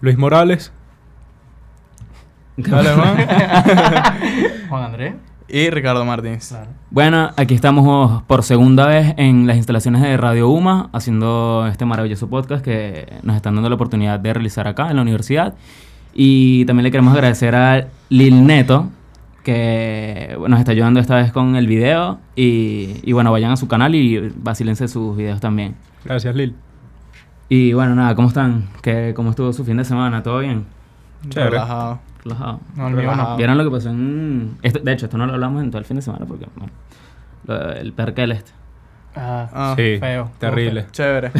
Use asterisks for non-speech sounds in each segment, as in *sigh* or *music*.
Luis Morales. Juan Andrés. Y Ricardo Martins. Claro. *laughs* Bueno, aquí estamos por segunda vez en las instalaciones de Radio UMA, haciendo este maravilloso podcast que nos están dando la oportunidad de realizar acá en la universidad. Y también le queremos agradecer a Lil Neto, que nos está ayudando esta vez con el video. Y, y bueno, vayan a su canal y vacílense sus videos también. Gracias, Lil. Y bueno, nada, ¿cómo están? ¿Qué, ¿Cómo estuvo su fin de semana? ¿Todo bien? Chévere. Relajado. Relajado. No, el mío no. Ah. Relajado. ¿Vieron lo que pasó en.? esto- de hecho, esto no lo hablamos en todo el fin de semana porque. bueno, lo- el perca del este. Ah, Ah, sí, feo. terrible. *laughs* Chévere.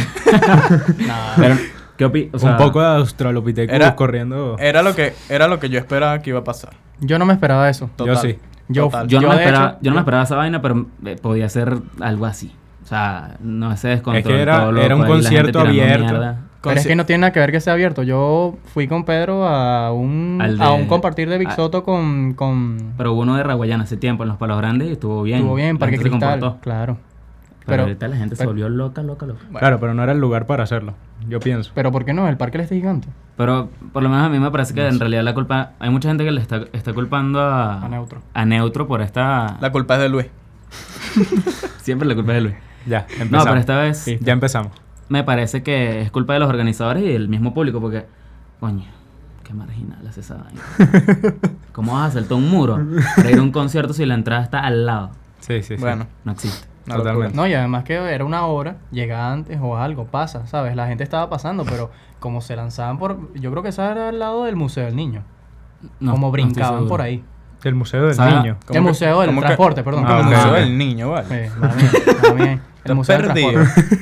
nada. Pero, ¿qué opi- o sea, Un poco de Australopithecus Era- eh, corriendo. Era lo, que, era lo que yo esperaba que iba a pasar. Yo no me esperaba eso. Yo Total. sí. Yo- Total. Yo no, Yo, me de esperaba, hecho, yo no me yo- esperaba esa vaina, pero eh, podía ser algo así. O sea, no ese descontrol. Es que era- todo era un ahí, la gente concierto tirando abierto. mierda. Pero es Conci- que no tiene nada que ver que sea abierto. Yo fui con Pedro a un, Al a de- un compartir de Big a- Soto con, con... Pero hubo uno de Raguayana hace tiempo en los Palos Grandes y estuvo bien. Estuvo bien, La Parque gente se Cristal. comportó. Claro. Pero, Pero- ahorita la gente se pero- volvió loca, loca, loca. Bueno. Claro, pero no era el lugar para hacerlo. Yo pienso. Pero ¿por qué no? El parque le está gigante. Pero por lo menos a mí me parece que en realidad la culpa. Hay mucha gente que le está, está culpando a, A Neutro. a Neutro por esta. La culpa es de Luis. Siempre la culpa es de Luis. Ya, empezamos. No, pero esta vez Ya empezamos. me parece que es culpa de los organizadores y del mismo público, porque, coño, qué marginal es esa *laughs* vaina. ¿Cómo vas a hacer todo un muro para ir a un concierto si la entrada está al lado? Sí, sí, sí. Bueno, No existe. una Totalmente. locura. No, y además que era una hora, llega antes o algo, pasa, ¿sabes? La gente estaba pasando, pero como se lanzaban por... Yo creo que esa era al lado del Museo del Niño. No, como no brincaban estoy por seguro. ahí. El Museo del Sabe- Niño. ¿Cómo el que- Museo del cómo que- Transporte, perdón. Ah, el ok, museo ok. del niño, vale. Eh, mala mía, mala mía. El Está Museo del perdido. Transporte.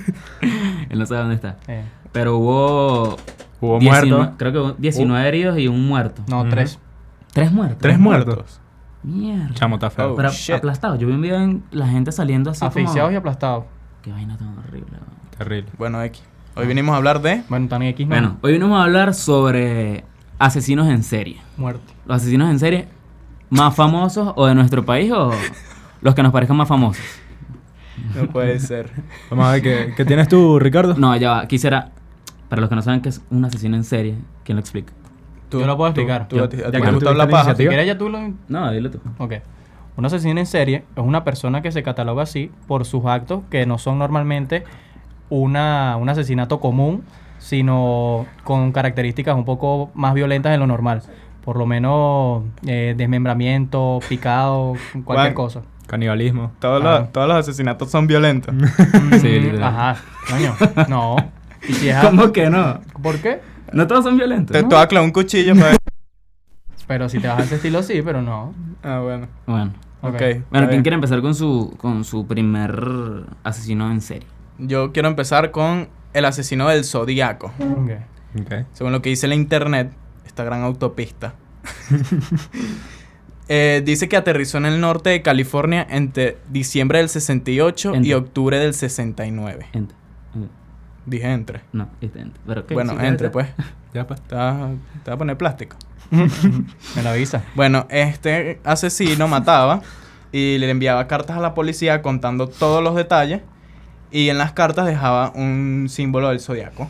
*laughs* Él no sabe dónde está. Eh, Pero hubo. Hubo 19 muertos. Creo que hubo 19 heridos y un muerto. no, Ujú. tres. ¿Tres muertos? Tres muertos. Mierda. Chamo, está feo. Oh, Pero shit. aplastado. Yo vi un video en la gente saliendo así. Asfixiados y como... aplastados. Qué vaina tan horrible. ¿no? Oh. Terrible. Bueno, X. Hoy vinimos a hablar de. Bueno, Tani X no. Bueno, hoy vamos a hablar sobre asesinos en serie. Muerte. Los asesinos en serie más famosos o de nuestro país o los que nos parezcan más famosos. No puede ser. Vamos a ver qué, qué tienes tú, Ricardo. No, ya va. Quisiera, para los que no saben qué es un asesino en serie, ¿quién lo explica? Yo lo puedo explicar. tú- a Yo- ti- a ya ti que te tú gusta tuviste la la paja. Si iniciativa. quieres ya tú lo... No, dilo tú. Ok. Un asesino en serie es una persona que se cataloga así por sus actos que no son normalmente una, un asesinato común, sino con características un poco más violentas de lo normal. Por lo menos eh, desmembramiento, picado, cualquier Juan. cosa. Canibalismo. Todos, Claro. los, todos los asesinatos son violentos. Sí, Mm, literal. Ajá. Coño. No. ¿Y si es *laughs* a- ¿Cómo que no? ¿Por qué? No todos son violentos. te ¿no? toca un cuchillo para. Pero si te vas a ese estilo, sí, pero no. Ah, bueno. Bueno. Ok. Ok. Bueno, está ¿quién bien. quiere empezar con su, con su primer asesino en serie? Yo quiero empezar con el asesino del zodiaco. Ok. Ok. Según lo que dice la internet, esta *laughs* gran autopista. Eh, dice que aterrizó en el norte de California entre diciembre del 68 y Entre. octubre del 69. Ente. Eh, Dije entre. No, este ente. Pero, ¿qué? bueno, Sí, entre ¿verdad? pues. Ya, pues. Te vas, a- te vas a poner plástico. Me la avisa. Bueno, este asesino mataba y le enviaba cartas a la policía contando todos los detalles. Y en las cartas dejaba un símbolo del zodiaco.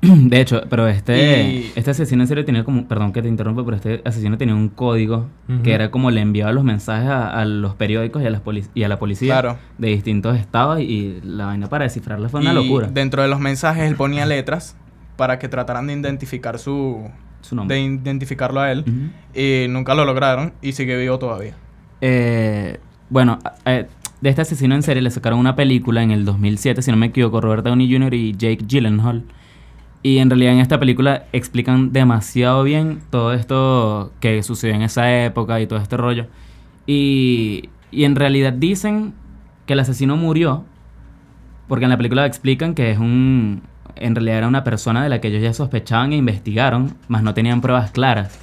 *clears throat* De hecho, pero este, Y- este asesino en serio tenía como, perdón que te interrumpa, pero este asesino tenía un código Ujú. que era como le enviaba los mensajes a, a los periódicos y a, las polic- y a la policía Claro. de distintos estados y, y la vaina para descifrarla fue una Y locura. Dentro de los mensajes él ponía letras para que trataran de identificar su. Su de nombre. identificarlo a él. Ujú. Y nunca lo lograron y sigue vivo todavía. Eh, bueno, a- eh, de este asesino en serie le sacaron una película en el 2007, si no me equivoco, Robert Downey Jr. y Jake Gyllenhaal. Y en realidad en esta película explican demasiado bien todo esto que sucedió en esa época y todo este rollo. Y, y en realidad dicen que el asesino murió, porque en la película explican que es un... En realidad era una persona de la que ellos ya sospechaban e investigaron, mas no tenían pruebas claras.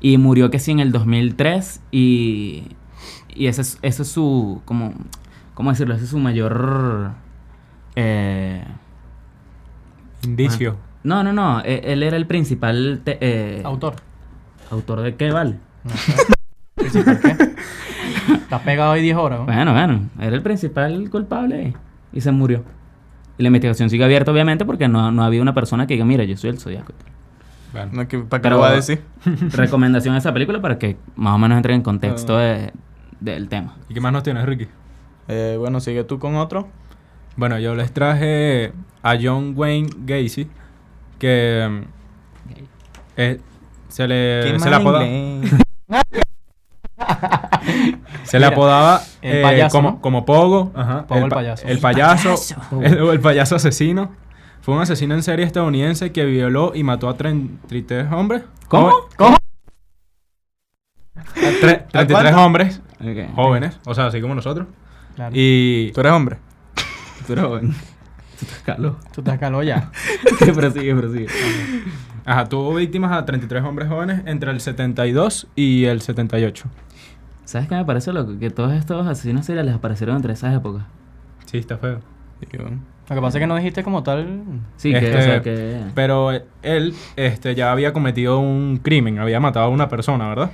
Y murió que sí en el 2003 y... Y ese es, ese es su... Como, ¿Cómo decirlo? Ese es su mayor... Eh, Indicio. no, no, no. e- Él era el principal te- eh, Autor. autor de qué, vale. No sé. ¿Y si por qué? Estás pegado ahí 10 horas. ¿no? Bueno, bueno. Era el principal culpable y se murió. Y la investigación sigue abierta, obviamente, porque no, no había una persona que diga, mira, yo soy el zodiaco. Bueno. No, que- ¿Para qué Pero- lo va a decir? Recomendación de esa película para que más o menos entre en contexto de- del tema. ¿Y qué más nos tienes, Ricky? Eh, bueno, sigue tú con otro. Bueno, yo les traje a John Wayne Gacy, que mm, eh, se le, ¿Qué se le más apoda- *laughs* inglés? se le Mira, apodaba el eh, payaso, como, ¿no? como Pogo, ajá, Pogo el pa- payaso. El El payaso, payaso. el, o *laughs* el payaso asesino. Fue un asesino en serie estadounidense que violó y mató a 33 hombres. ¿Cómo? Joven- ¿Cómo? a tre- 33 cuánto? hombres Ok. jóvenes, o sea, así como nosotros. Claro. Y ¿Tú eres hombre? Tú eres joven. Tú estás calo. Tú estás caló ya. *laughs* prosigue, prosigue. ajá, tuvo víctimas a 33 hombres jóvenes entre el 72 y el 78. ¿Sabes qué me parece loco? Que todos estos asesinos seriales aparecieron entre esas épocas. Sí, está feo. Digo, Lo que pasa es que no dijiste como tal. Sí, que, Este, o sea, que... Pero él este, ya había cometido un crimen, había matado a una persona, ¿verdad?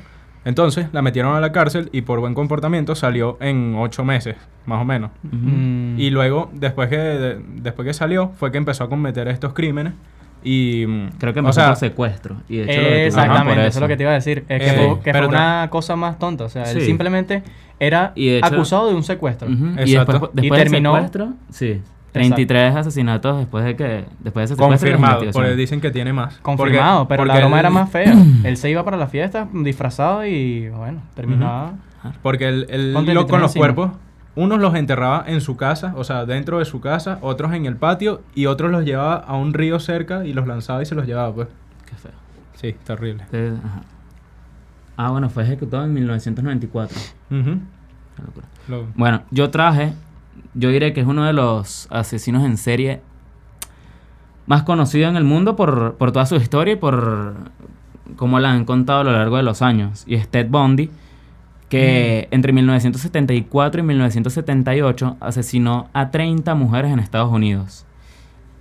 Entonces la metieron a la cárcel y por buen comportamiento salió en ocho meses, más o menos. Ujú. Mm. Y luego, después que, de- después que salió, fue que empezó a cometer estos crímenes. Y. mm, Creo que o empezó sea, por secuestro. Y de hecho lo detuvieron Exactamente, por eso es lo que te iba a decir. Es que Eh, fue, que fue pero ta- una cosa más tonta. O sea, él Sí. simplemente era Y de hecho- acusado de un secuestro. Ujú, Y Exacto. después, Y después del terminó- secuestro, sí. 33 asesinatos después de que... Después de ese secuestro y la Confirmado, investigación. porque dicen que tiene más. Confirmado, Porque- pero la porque broma él- era más fea. él se iba para la fiesta disfrazado y bueno, terminaba. Porque él, él Ponte lo- el con los encima. cuerpos, unos los enterraba en su casa, o sea, dentro de su casa, otros en el patio y otros los llevaba a un río cerca y los lanzaba y se los llevaba, pues. Qué feo. Sí, terrible. Entonces, ajá. Ah, bueno, fue ejecutado en 1994. Ujú. Qué locura. Lo- Bueno, yo traje, yo diré que es uno de los asesinos en serie más conocido en el mundo por, por toda su historia y por cómo la han contado a lo largo de los años. Y es Ted Bundy, que entre 1974 y 1978 asesinó a 30 mujeres en Estados Unidos.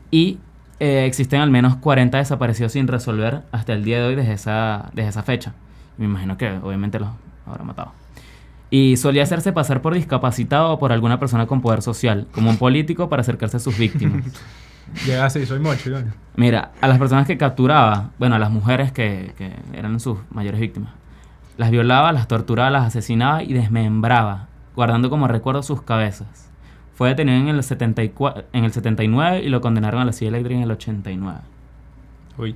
Y eh, existen al menos 40 desaparecidos sin resolver hasta el día de hoy desde esa, desde esa fecha. Me imagino que obviamente los habrá matado. Y solía hacerse pasar por discapacitado o por alguna persona con poder social, como un político para acercarse a sus víctimas. Llega así, soy mocho. yo. Mira, a las personas que capturaba, bueno, a las mujeres que, que eran sus mayores víctimas, las violaba, las torturaba, las asesinaba y desmembraba, guardando como recuerdo sus cabezas. Fue detenido en el, 74, en el 79 y lo condenaron a la silla eléctrica en el 89. Uy.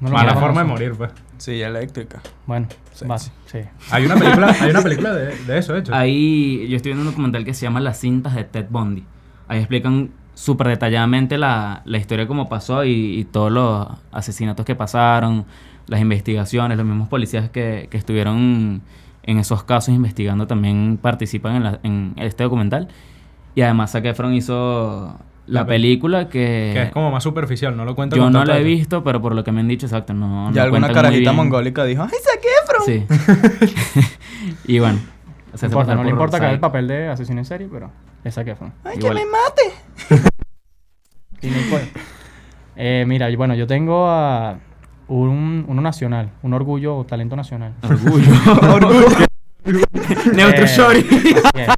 No lo Mala quiero forma de conocer. morir, pues. Sí, eléctrica. Bueno, Sí. va, sí. Hay una película, hay una película de, de eso, de hecho. Ahí yo estoy viendo un documental que se llama Las cintas de Ted Bundy. Ahí explican súper detalladamente la, la historia cómo pasó y, y todos los asesinatos que pasaron, las investigaciones, los mismos policías que, que estuvieron en esos casos investigando también participan en, la- en este documental. Y además Zac Efron hizo la, La pe- película que, eh, que es como más superficial, no lo cuento yo no la he visto, pero por lo que me han dicho, exacto, no, no ya alguna cuentan muy carajita bien. mongólica dijo, ¡ay, saqué! Sí. *laughs* y bueno. se hace No, importa, pasar no por le importa que haga el Zac. papel de asesino en serie, pero esa que fue. ¡Ay, Igual. que me mate! Y no importa. Eh, mira, y bueno, yo tengo a un, uno nacional, un orgullo o talento *laughs* nacional. Orgullo. *laughs* Neutro Eh, Shorty. así es.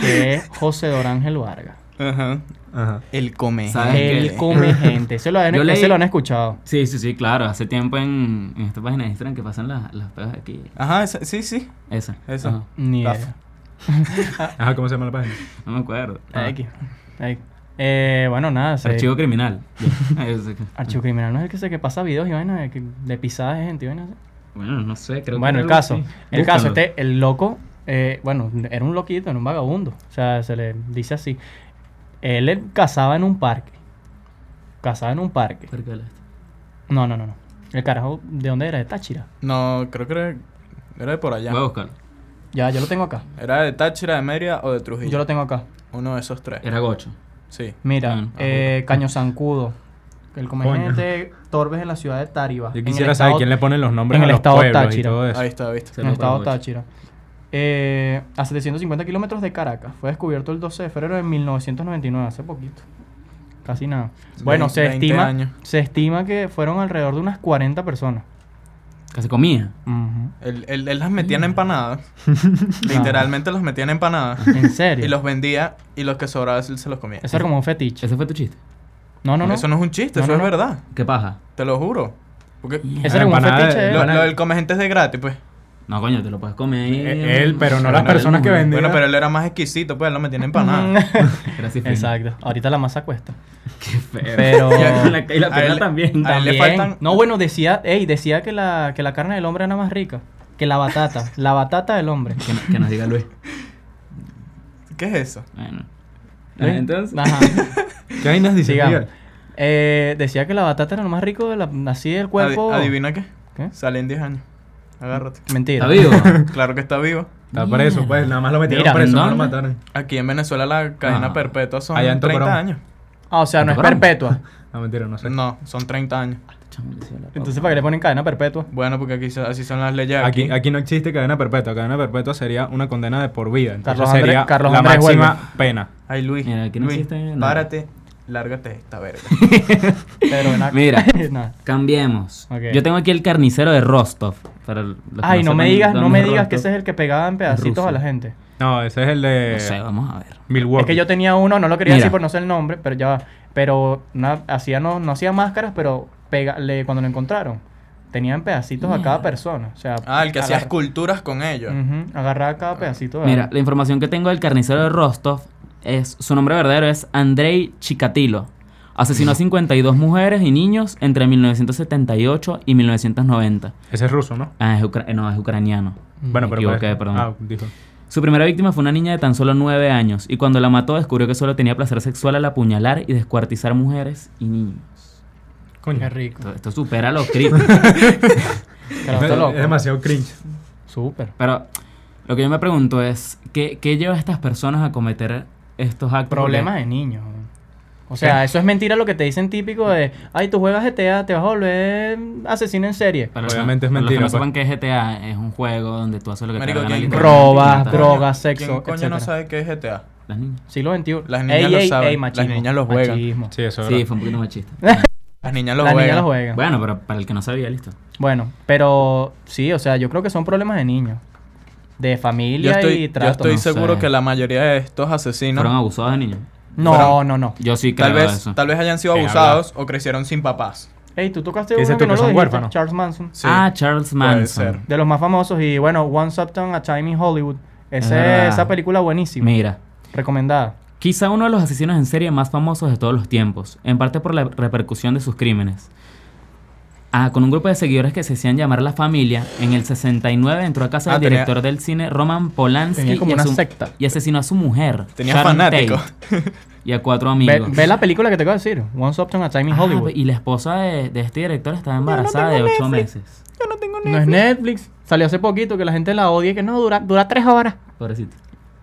que es José Dorángel Vargas. Ajá. Ajá. El come. ¿Sabes qué? Él come gente. Se lo han, Ah, *laughs* Yo leí- ese lo han escuchado. Sí, sí, sí, claro. Hace tiempo en, en esta página de Instagram que pasan las, las pegas aquí. Ajá, esa- sí, sí. Esa. Esa. Ajá. Ni Taf. idea. Ajá, ¿cómo se llama la página? No me acuerdo. Ah, X. Ay. Eh, bueno, nada. se- Archivo criminal. *laughs* Eso que- Archivo criminal. No es el que, se, que pasa videos y vainas de, que- de pisadas de gente y vainas así. Bueno, no sé, creo que Bueno, era el algo caso. así. El caso, Búscalo. este, el loco, eh, bueno, era un loquito, era un vagabundo. O sea, se le dice así. Él eh, cazaba en un parque. Cazaba en un parque. Cerca del este. No, no, no, no. El carajo, ¿de dónde era? De Táchira. No, creo que era, era de por allá. Voy a buscarlo. Ya, yo lo tengo acá. ¿Era de Táchira, de Mérida o de Trujillo? Yo lo tengo acá. Uno de esos tres. Era Gocho. Sí. Mira, Ah, Bueno, eh, Caño Zancudo. El Coño. comediante Torbes en la ciudad de Tariba. en Yo el quisiera saber estado- quién le pone los nombres en a el los estado pueblos y Táchira. todo eso. Ahí está, ¿viste? En el Saludos para estado Gocho. Táchira. Eh, a 750 kilómetros de Caracas. Fue descubierto el 12 de febrero de 1999, hace poquito. Casi nada. Bueno, se 20 estima años. se estima que fueron alrededor de unas 40 personas. Que se comía. Él, él- él las metía en *laughs* empanadas. Literalmente los metía en empanadas. ¿En serio? *laughs* Y los vendía y los que sobraba él se los comía. Eso era como un fetiche. Ese fue tu chiste. No, no, no. Eso no es un chiste, No, eso no, es no. verdad. ¿Qué paja? Te lo juro. Porque Ese era como un empanada de- fetiche, ¿eh? lo- lo, lo del come gente es de gratis, pues. No, coño, te lo puedes comer ahí. Eh, él, pero no sé, las personas el que mundo. Mira. Bueno, pero él era más exquisito, pues, él no me *laughs* tiene Mm. empanada. Gracias, Felipe. Exacto. Ahorita la masa cuesta. Qué *laughs* feo. *laughs* Pero- y la, y la A pierna él- también. a él le También. faltan- No, bueno, decía, ey, decía que la, que la carne del hombre era más rica. Que la batata. la batata *laughs* del hombre. Que, no- que nos diga Luis. ¿Qué es eso? Bueno. ¿Eh? Ah, Entonces, Ajá. ¿Qué vainas dice Sigamos. Miguel? Eh, decía que la batata era lo más rico de la, así del cuerpo. ¿Eh? Adi- ¿Adivina qué? ¿Qué? Sale en 10 años. Agárrate. Mentira. está vivo. *laughs* Claro que está vivo. Está preso, pues. Nada más lo metieron Mira, preso, ¿en no lo dónde? mataron. Aquí en Venezuela la cadena No. perpetua son Allá en 30 Tocorón. años. Ah, o sea, no es Cobramos. *laughs* perpetua. No, mentira, no sé. No, son 30 años. Chamo, le hicieron la papa. Entonces, ¿para qué le ponen cadena perpetua? Bueno, porque aquí so- así son las leyes. Aquí, aquí no existe cadena perpetua. Cadena perpetua sería una condena de por vida. Entonces Carlos sería Andrés- Carlos la Andrés máxima vuelve. pena. Ay, Luis. Mira, aquí no Luis, existe nada. Párate, lárgate esta verga. Pero nada. *laughs* Mira. Nada. Cambiemos. Ok. Yo tengo aquí el carnicero de Rostov. para los que Ay, no sepan me digas, dónde no me es digas que ese Rostov. es el que pegaba en pedacitos Ruso. a la gente. No, ese es el de No sé, vamos a ver. Milwaukee. Es que yo tenía uno, no lo quería Mira. decir por no sé el nombre, pero ya va. Pero una- hacía, no, no hacía máscaras, pero pega, le, cuando lo encontraron, tenían pedacitos a cada Mierda. persona. O sea, Ah, el que hacía agarra- Mm. esculturas con ellos. Ujú, agarraba cada pedacito de Mira, la información que tengo del carnicero de Rostov es su nombre verdadero es Andrei Chikatilo. *laughs* Asesinó a 52 mujeres y niños entre 1978 y 1990. Ese es ruso, ¿no? Ah, es ucra- eh, no, es ucraniano. Bueno, pero. Me por equivoqué, eso- perdón. Ah, dijo. Su primera víctima fue una niña de tan solo 9 años y cuando la mató descubrió que solo tenía placer sexual al apuñalar y descuartizar mujeres y niños. Coño. Qué Es, rico. Esto, esto supera a los críticos. Pero está es loco. demasiado cringe. Súper. Pero lo que yo me pregunto es, ¿qué, qué lleva a estas personas a cometer estos actos? Problemas de niños. weón. O sea, eso es mentira lo que te dicen típico de, ay, tú juegas GTA, te vas a volver asesino en serie. Para los Obviamente que, es para mentira, Los que no pues. sepan que GTA es un juego donde tú haces lo que Marico, te da la ¿quién gana. coño- Robas, Las ¿quién drogas, coño- sexo, ¿Quién coño etcétera. no sabe qué es GTA? niñas. Siglo XXI. Las niñas lo saben, las niñas lo juegan. machismo. Sí, eso es Sí, verdad. fue un poquito machista. Las niñas lo Las niñas lo juegan. juegan. Bueno. bueno, pero para el que no sabía, listo. pero sí, o sea, yo creo que son problemas de niños. De Yo familia y estoy, yo trato. estoy no seguro sé. que la mayoría de estos asesinos Fueron abusados de niños. No, fueron- no, no. Yo sí creo tal vez, eso. tal vez hayan sido Eh, abusados o crecieron sin papás. Ey, tú tocaste ¿Qué uno dices que, tú, que no lo son dijiste, huérfanos? Charles Manson. Sí. Ah, Charles Puede Manson. ser. De los más famosos y bueno, Once Upon a Time in Hollywood. Ese- verdad. esa película buenísima. Mira, Recomendada. quizá uno de los asesinos en serie más famosos de todos los tiempos, en parte por la repercusión de sus crímenes. Ah, con un grupo de seguidores que se hacían llamar la familia, en el 69 entró a casa Ah, del tenía- director del cine Roman Polanski Tenía como y, una asu- secta. y asesinó a su mujer, Tenía Sharon fanáticos. Tate, y a cuatro Ve, amigos. ve la película que te acabo de decir, Once Upon a Time in Ah, Hollywood. y la esposa de, de este director estaba embarazada de ocho meses. No es Netflix. Salió hace poquito que la gente la odia y que no, dura, dura tres horas. Pobrecito.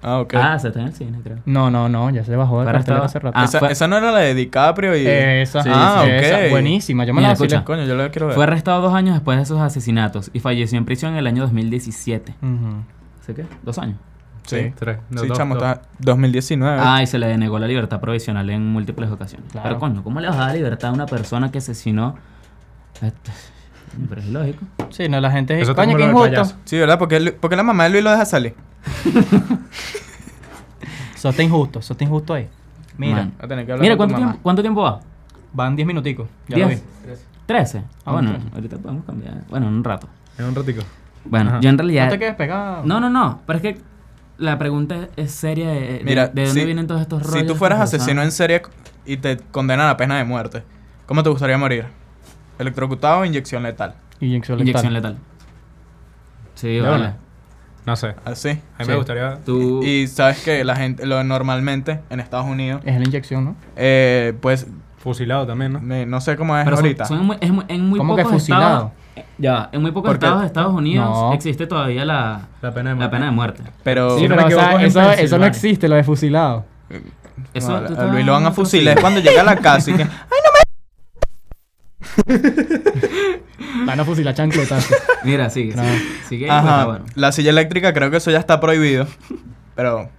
Ah, ok. Ah, se está en el cine, creo. No, no, no, ya se bajó de Para cartelera esta- hace rato. ah, esa, fue- esa no era la de DiCaprio y... Esa, Sí, ah, sí. esa, ok. buenísima. Yo me Mira, la vacilé. escucha. Coño, yo la quiero ver. Fue arrestado dos años después de esos asesinatos y falleció en prisión en el año 2017. Ujú. ¿Sé qué? ¿Dos años? Sí. Tres. No, Sí, dos, chamo, dos. está *laughs* 2019. Ah, y se le denegó la libertad provisional en múltiples ocasiones. Claro. Pero coño, ¿cómo le vas a dar libertad a una persona que asesinó? Esto- Pero es lógico. Sí, no, la gente dice, Eso está coño, como qué lo del injusto. payaso. Sí, ¿verdad? Porque, él- porque la mamá de Luis lo deja salir. Eh, Eso está injusto, eso está injusto ahí. Mira, Man. Va a tener que hablar Mira, con tu ¿cuánto mamá. tiempo, ¿cuánto tiempo va? van 10 minuticos. Ya lo vi. Diez. ¿Trece? Ah, Ah, bueno, trece. ahorita podemos cambiar. Bueno, en un rato. En un ratico. Bueno, Ajá. yo en No realidad... te quedes pegado. No, no, no. Pero es que la pregunta es seria de, de- Mira, de dónde si- vienen todos estos rollos. Si tú fueras estas asesino personas. en serie y te condenan a pena de muerte, ¿cómo te gustaría morir? ¿Electrocutado o inyección letal? Inyección letal. Inyección letal. Sí, De vale. una. No sé. Así. A mí Sí. me gustaría. Tú... Y sabes que la gente, lo normalmente en Estados Unidos, Es la inyección, ¿no? eh, pues, Fusilado también, ¿no? me- no sé cómo es Pero son- ahorita. son en muy- es muy- en muy ¿Cómo que pocos fusilado? estados... Ya, va, en muy pocos Porque- estados de Estados Unidos No. existe todavía la, La pena de la muerte. pena de muerte. Pero Sí, no me o sea, equivoco, es en eso, eso no Pensilvania. existe, lo de fusilado. Eso, no, tú a- a estás- Luis lo van a fusilar. Es cuando llega a la casa y *laughs* que, Van a fusilar *laughs* chancletazo. Mira, sigue, No. sigue. sigue y pues, Ajá, está bueno. la silla eléctrica creo que eso ya está prohibido. Pero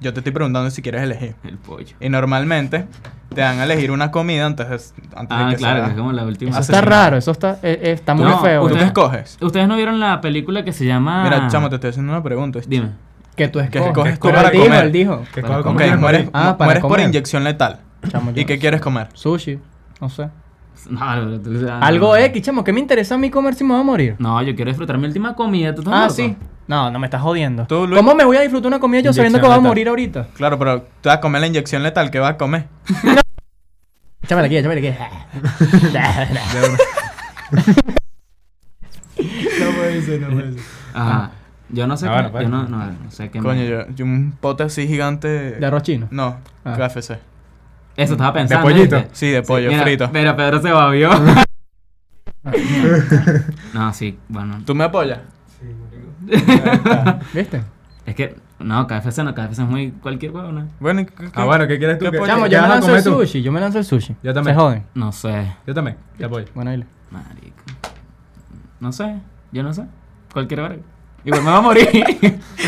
yo te estoy preguntando si quieres elegir. El pollo. Y normalmente te dan a elegir una comida antes de, antes de Ah, que claro, que sea- es como la última. eso está Asesinato. raro, eso está, eh, eh, está muy No, feo. ¿Tú Ustedes- qué escoges? Ustedes no vieron la película que se llama... Mira, chamo, te estoy haciendo una pregunta. ah. Dime. Que tú escoges. escoges tú para él dijo, comer? él dijo. ¿Qué Para cosa? comer. ¿Cómo Ok, quieres mueres, morir? Ah, mu- para mueres por comer. inyección letal. Chamo, yo ¿Y no qué sé. quieres comer? Sushi, no sé. No, no, tú- ah, Algo no. X, chamo, ¿qué me interesa a mí comer si me voy a morir? No, yo quiero disfrutar mi última comida. ¿Tú estás Ah, loco? sí. No, no me estás jodiendo. Tú, Luis- ¿Cómo me voy a disfrutar una comida yo sabiendo que voy a Inyección letal. morir ahorita? Claro, pero tú vas a comer la inyección letal que vas a comer. Échamela aquí, échamela aquí. No puede ser, no puede ser. Ajá. Yo no Ah, sé. qué- bueno, pues. Yo no, no, no sé qué. Coño, más. yo, yo un pote así gigante. de- De arroz chino. No, Ah. KFC. Eso estaba pensando. pollito. ¿viste? Mm. Sí, de Sí, pollo mira, frito. Mira, Pedro se *laughs* babió. no, sí, bueno. ¿Tú me apoyas? ¿Viste? Es que, no, KFC no, KFC es muy cualquier huevona. Bueno, ¿qué- Ah, bueno, ¿qué quieres tú? ¿Qué que- pollo? Chamo, que yo me vas a lanzo el comer tú? sushi, yo me lanzo el sushi. Yo también. Se joden. No sé, Yo también, te apoyo. Bueno, dile. marico. No sé, yo no sé. Cualquier verga. Igual me va a *laughs* morir.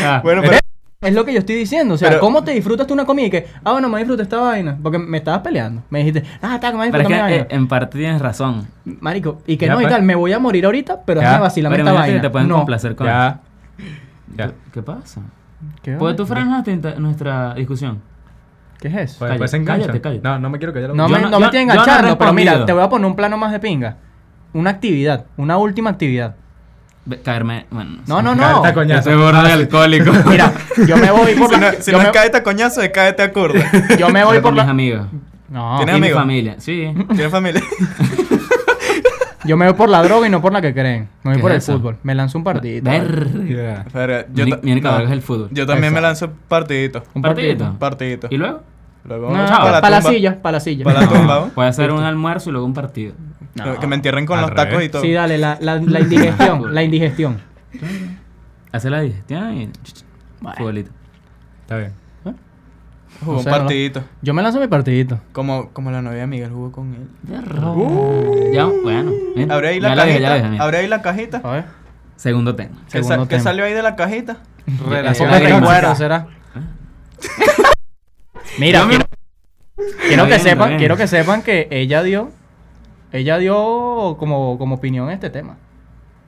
Ah, Bueno, pero, Es lo que yo estoy diciendo, o sea, Pero- ¿cómo te disfrutas tú una comida y que, ah, bueno, me disfruto esta vaina? Porque me estabas peleando. Me dijiste, ah, está, que me pero es disfruto que mi vaina. eh, en parte tienes razón. Marico, y que Ya, no y pues. tal, me voy a morir ahorita, pero Ya. déjame vacilarme pero esta imagínate que vaina. te pueden no. complacer con eso. Ya. Pues, Ya. ¿Qué- ¿Qué pasa? ¿Qué, ¿Puedes tú frenar nuestra inter- nuestra discusión? ¿Qué es eso? Pues Cállate, después se enganchan. cállate, cállate. No, no me quiero callar la No boca. me, no- no, yo- me estoy yo no he enganchando, pero mira, respondido. te voy a poner un plano más de pinga. Una actividad, una última actividad. Ve- Caerme, bueno. No, sé. no, Caer no. esta coñazo. Ese gordo *laughs* de alcohólico. Mira, yo me voy por si no, la. si yo, no me, es cáete a coñazo, es cáete a curda. yo me voy Pero con por mis la. amigos. No, Y ¿Tienes mi amigos? familia, sí. ¿Tienes familia? yo me voy por la droga y no por la que creen. Me ¿Qué voy por es el eso? fútbol. Me lanzo un partido. Ver. Ya. Verga, Mi, ta- mi única no, verga es el fútbol. Yo también me lanzo partidito. Un Partidito. partidito. Un partidito. ¿Y luego? Luego No, vamos chao. para, pa' la tumba. silla, para la silla. Pa' la No, tumba. puede hacer un almuerzo y luego un partido. No. Que me entierren con Al los tacos revés. y todo. Sí, dale, la, la, la indigestión, la indigestión. Hacer la digestión y. ch, ch, Futbolito. Está bien. Jugó O un sea, no- partidito. Yo me lanzo mi partidito. Como, como la novia de Miguel jugó con él. Ya, bueno. mira, Uh. Abre ahí ya la lo dije, ya lo dije, cajita. mira. Abre ahí la cajita. A ver. Segundo tema. ¿Qué, Ah, Segundo sa- qué tema. salió ahí de la cajita? Relación Poco agrícola. recuerdo será. ¿Eh? Mira, quiero, quiero Está que bien, está sepan, bien. quiero que sepan que ella dio, ella dio como, como opinión este tema.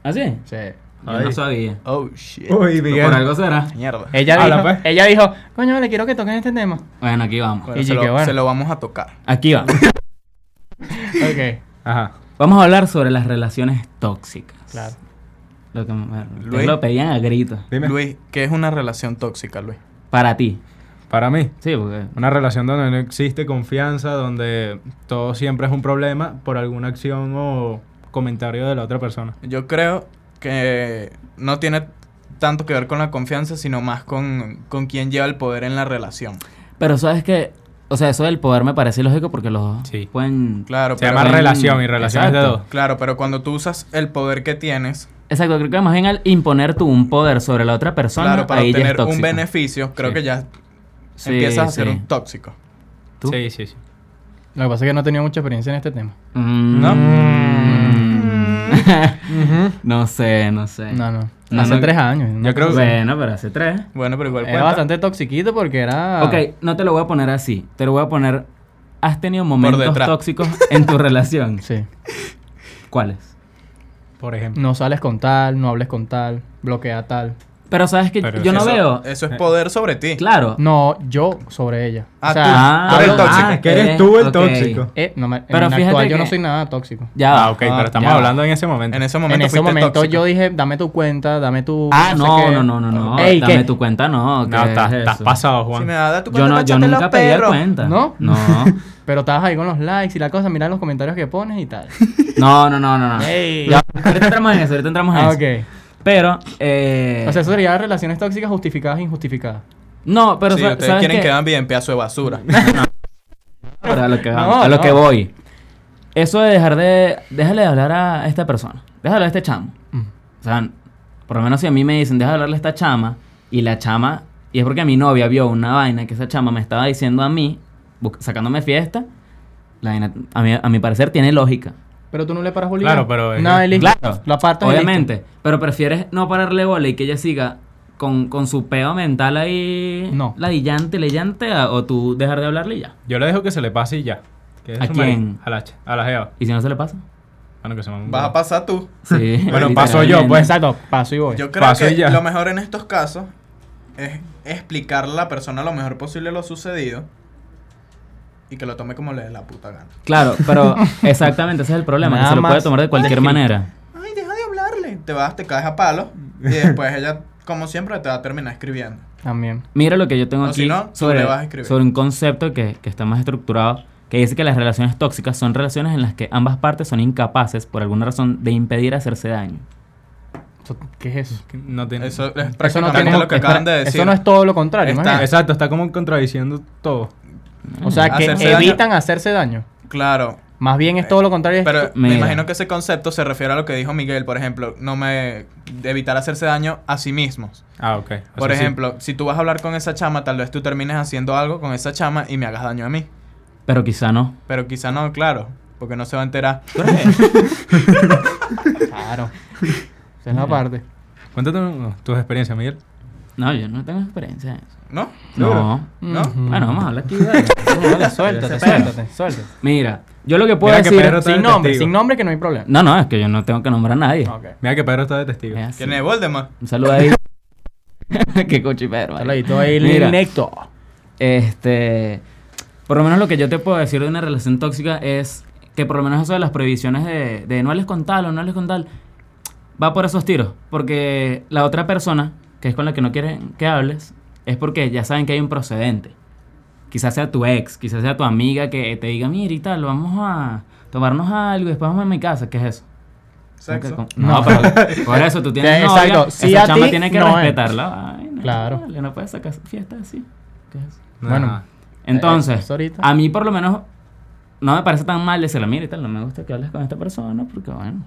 ¿Ah, sí? O sea, Yo Ahí. no sabía. Oh, shit. Uy, Pero Miguel. por algo será. Mierda. ella Habla, dijo, pues. ella dijo, coño, le quiero que toquen este tema. Bueno, aquí vamos. Bueno, Y se, que lo, bueno. se lo vamos a tocar. Aquí *laughs* vamos. Ok, Ajá. vamos a hablar sobre las relaciones tóxicas. claro. Lo que me- ustedes Luis. lo pedían a gritos. Dime. Luis, ¿qué es una relación tóxica, Luis? Para ti. Para mí, Sí, porque. una relación donde no existe confianza, donde todo siempre es un problema por alguna acción o comentario de la otra persona. Yo creo que no tiene tanto que ver con la confianza, sino más con, con quién lleva el poder en la relación. Pero sabes que. O sea, eso del poder me parece lógico porque los dos Sí. pueden. Claro, Se pero, llama en- relación y relaciones de Exacto. dos. claro, pero cuando tú usas el poder que tienes, Exacto, creo que más bien al imponer tú un poder sobre la otra persona, claro, para ahí ya es obtener un tóxico. beneficio, creo Sí. que ya Sí, empiezas a sí. ser un tóxico. ¿Tú? Sí, sí, sí. Lo que pasa es que no he tenido mucha experiencia en este tema. Mm. ¿No? *laughs* no sé, no sé. No, no. No, hace no. tres años. no. Yo creo que. Bueno, pero hace tres. Bueno, pero igual Era cuenta. bastante toxiquito porque era. Ok, no te lo voy a poner así. Te lo voy a poner. ¿Has tenido momentos detrás. tóxicos en tu *laughs* relación? Sí. ¿Cuáles? Por ejemplo. No sales con tal, no hables con tal, bloquea tal. Pero sabes que Pero yo no eso, veo. Eh, Eso es poder sobre ti. Claro. No, yo sobre ella. Ah, o sea, tú. tú eres hablo- tóxico. que eres tú el ok. tóxico. eh, no me- Pero en la fíjate actual yo que- no soy nada tóxico. Ya. va. Ah, ok, pero estamos ya. hablando en ese momento. En ese momento en ese fuiste momento tóxico. yo dije, dame tu cuenta, dame tu. Ah, sé no, qué". no, no, no, no. Ey, Dame ¿qué? tu cuenta, no. ¿qué No, estás, es estás eso? pasado, Si Juan. me das tu Yo, cuenta, no, yo pachate los nunca pedí perros. cuenta. ¿No? No. Pero estabas ahí con los likes y la cosa, mira los comentarios que pones y tal. No, no, no, *laughs* no. no. Ey. Ah, Ya, ahorita entramos en eso, ahorita entramos en ah, eso. ok. Pero, eh. O sea, eso sería relaciones tóxicas justificadas e injustificadas. no, pero Sí, sa- ustedes ¿sabes quieren qué? quedar bien, pedazo de basura. *laughs* Pero a lo que, No, vamos, a lo no. que voy. Eso de dejar de. Déjale de hablar a esta persona. Déjale a este chamo. O sea, por lo menos si a mí me dicen, deja de hablarle a esta chama. Y la chama. Y es porque mi novia vio una vaina que esa chama me estaba diciendo a mí, bu- sacándome fiesta. La vaina, a, mi, a mi parecer, tiene lógica. Pero tú no le paras bolilla. Claro, pero es- No, y listo. Claro. Lo apartas. y listo. Obviamente. Pero prefieres no pararle bola y que ella siga con, con su peo mental ahí. No. Ladillante, leyante. a- O tú dejar de hablarle y ya. Yo le dejo que se le pase y ya. Que ¿A su quién? marido. A la, ch- a la jeva. ¿Y si no se le pasa? Bueno, que se me- Vas a pasar tú. Sí. *laughs* Bueno, paso yo, pues. Exacto, paso y voy. Yo creo Paso y que ya. lo mejor en estos casos es explicarle a la persona lo mejor posible lo sucedido y que lo tome como le dé la puta gana. Claro, pero exactamente ese es el problema, que Nada se lo puede más tomar de cualquier descrito. manera. Ay, deja de hablarle. Te vas, te caes a palo y después ella, como siempre, te va a terminar escribiendo. También. Mira lo que yo tengo O aquí si no, tú sobre, le vas a escribir. sobre un concepto que, que está más estructurado, que dice que las relaciones tóxicas son relaciones en las que ambas partes son incapaces, por alguna razón, de impedir hacerse daño. Eso- ¿Qué es eso? Que No tiene- Eso es Eso no, prácticamente tiene- lo que espera, acaban de decir. eso no es todo lo contrario. Está- imagínate. Exacto, está como contradiciendo todo. O sea, que Hacerse daño. evitan hacerse daño. Claro. Más bien es todo lo contrario. es- Pero me Mira. imagino que ese concepto se refiere a lo que dijo Miguel, por ejemplo, no me de evitar hacerse daño a sí mismos. Ah, ok. O Por sea, sí. ejemplo, si tú vas a hablar con esa chama, tal vez tú termines haciendo algo con esa chama y me hagas daño a mí. Pero quizá no. Pero quizá no, claro, porque no se va a enterar. *laughs* *laughs* Claro. Esa es la parte. Cuéntanos tus experiencias, Miguel. No, yo no tengo experiencia en eso. ¿No? No. ¿No? Ujú. Bueno, vamos a hablar aquí. dale. Dale, suéltate, suéltate, suéltate. Mira, yo lo que puedo Mira que decir... Pedro está Sin de nombre, testigo. sin nombre que no hay problema. No, no, es que yo no tengo que nombrar a nadie. Ok. Mira que Pedro está de testigo. Es así. ¿Quién es Voldemort? Un saludo ahí. *laughs* Qué coche, Pedro. vale. Saladito ahí, Mira. Lil Necto. Este, por lo menos lo que yo te puedo decir de una relación tóxica es que por lo menos eso de las prohibiciones de, de no hables con tal o no hables con tal, va por esos tiros. Porque la otra persona, que es con la que no quieren que hables, es porque ya saben que hay un procedente. Quizás sea tu ex, quizás sea tu amiga que te diga, mira y tal, vamos a tomarnos algo y después vamos a mi casa. ¿Qué es eso? Sexo. No, No. pero por eso tú *laughs* tienes Sí, novia, exacto. Sí esa a chama ti, tiene que no es. respetarla. Ay, no, Claro. vale, no puedes sacar fiesta así. ¿Qué es eso? Bueno. Eh, Entonces, eso ahorita. a mí por lo menos no me parece tan mal decirle, mira, y tal, no me gusta que hables con esta persona porque, bueno,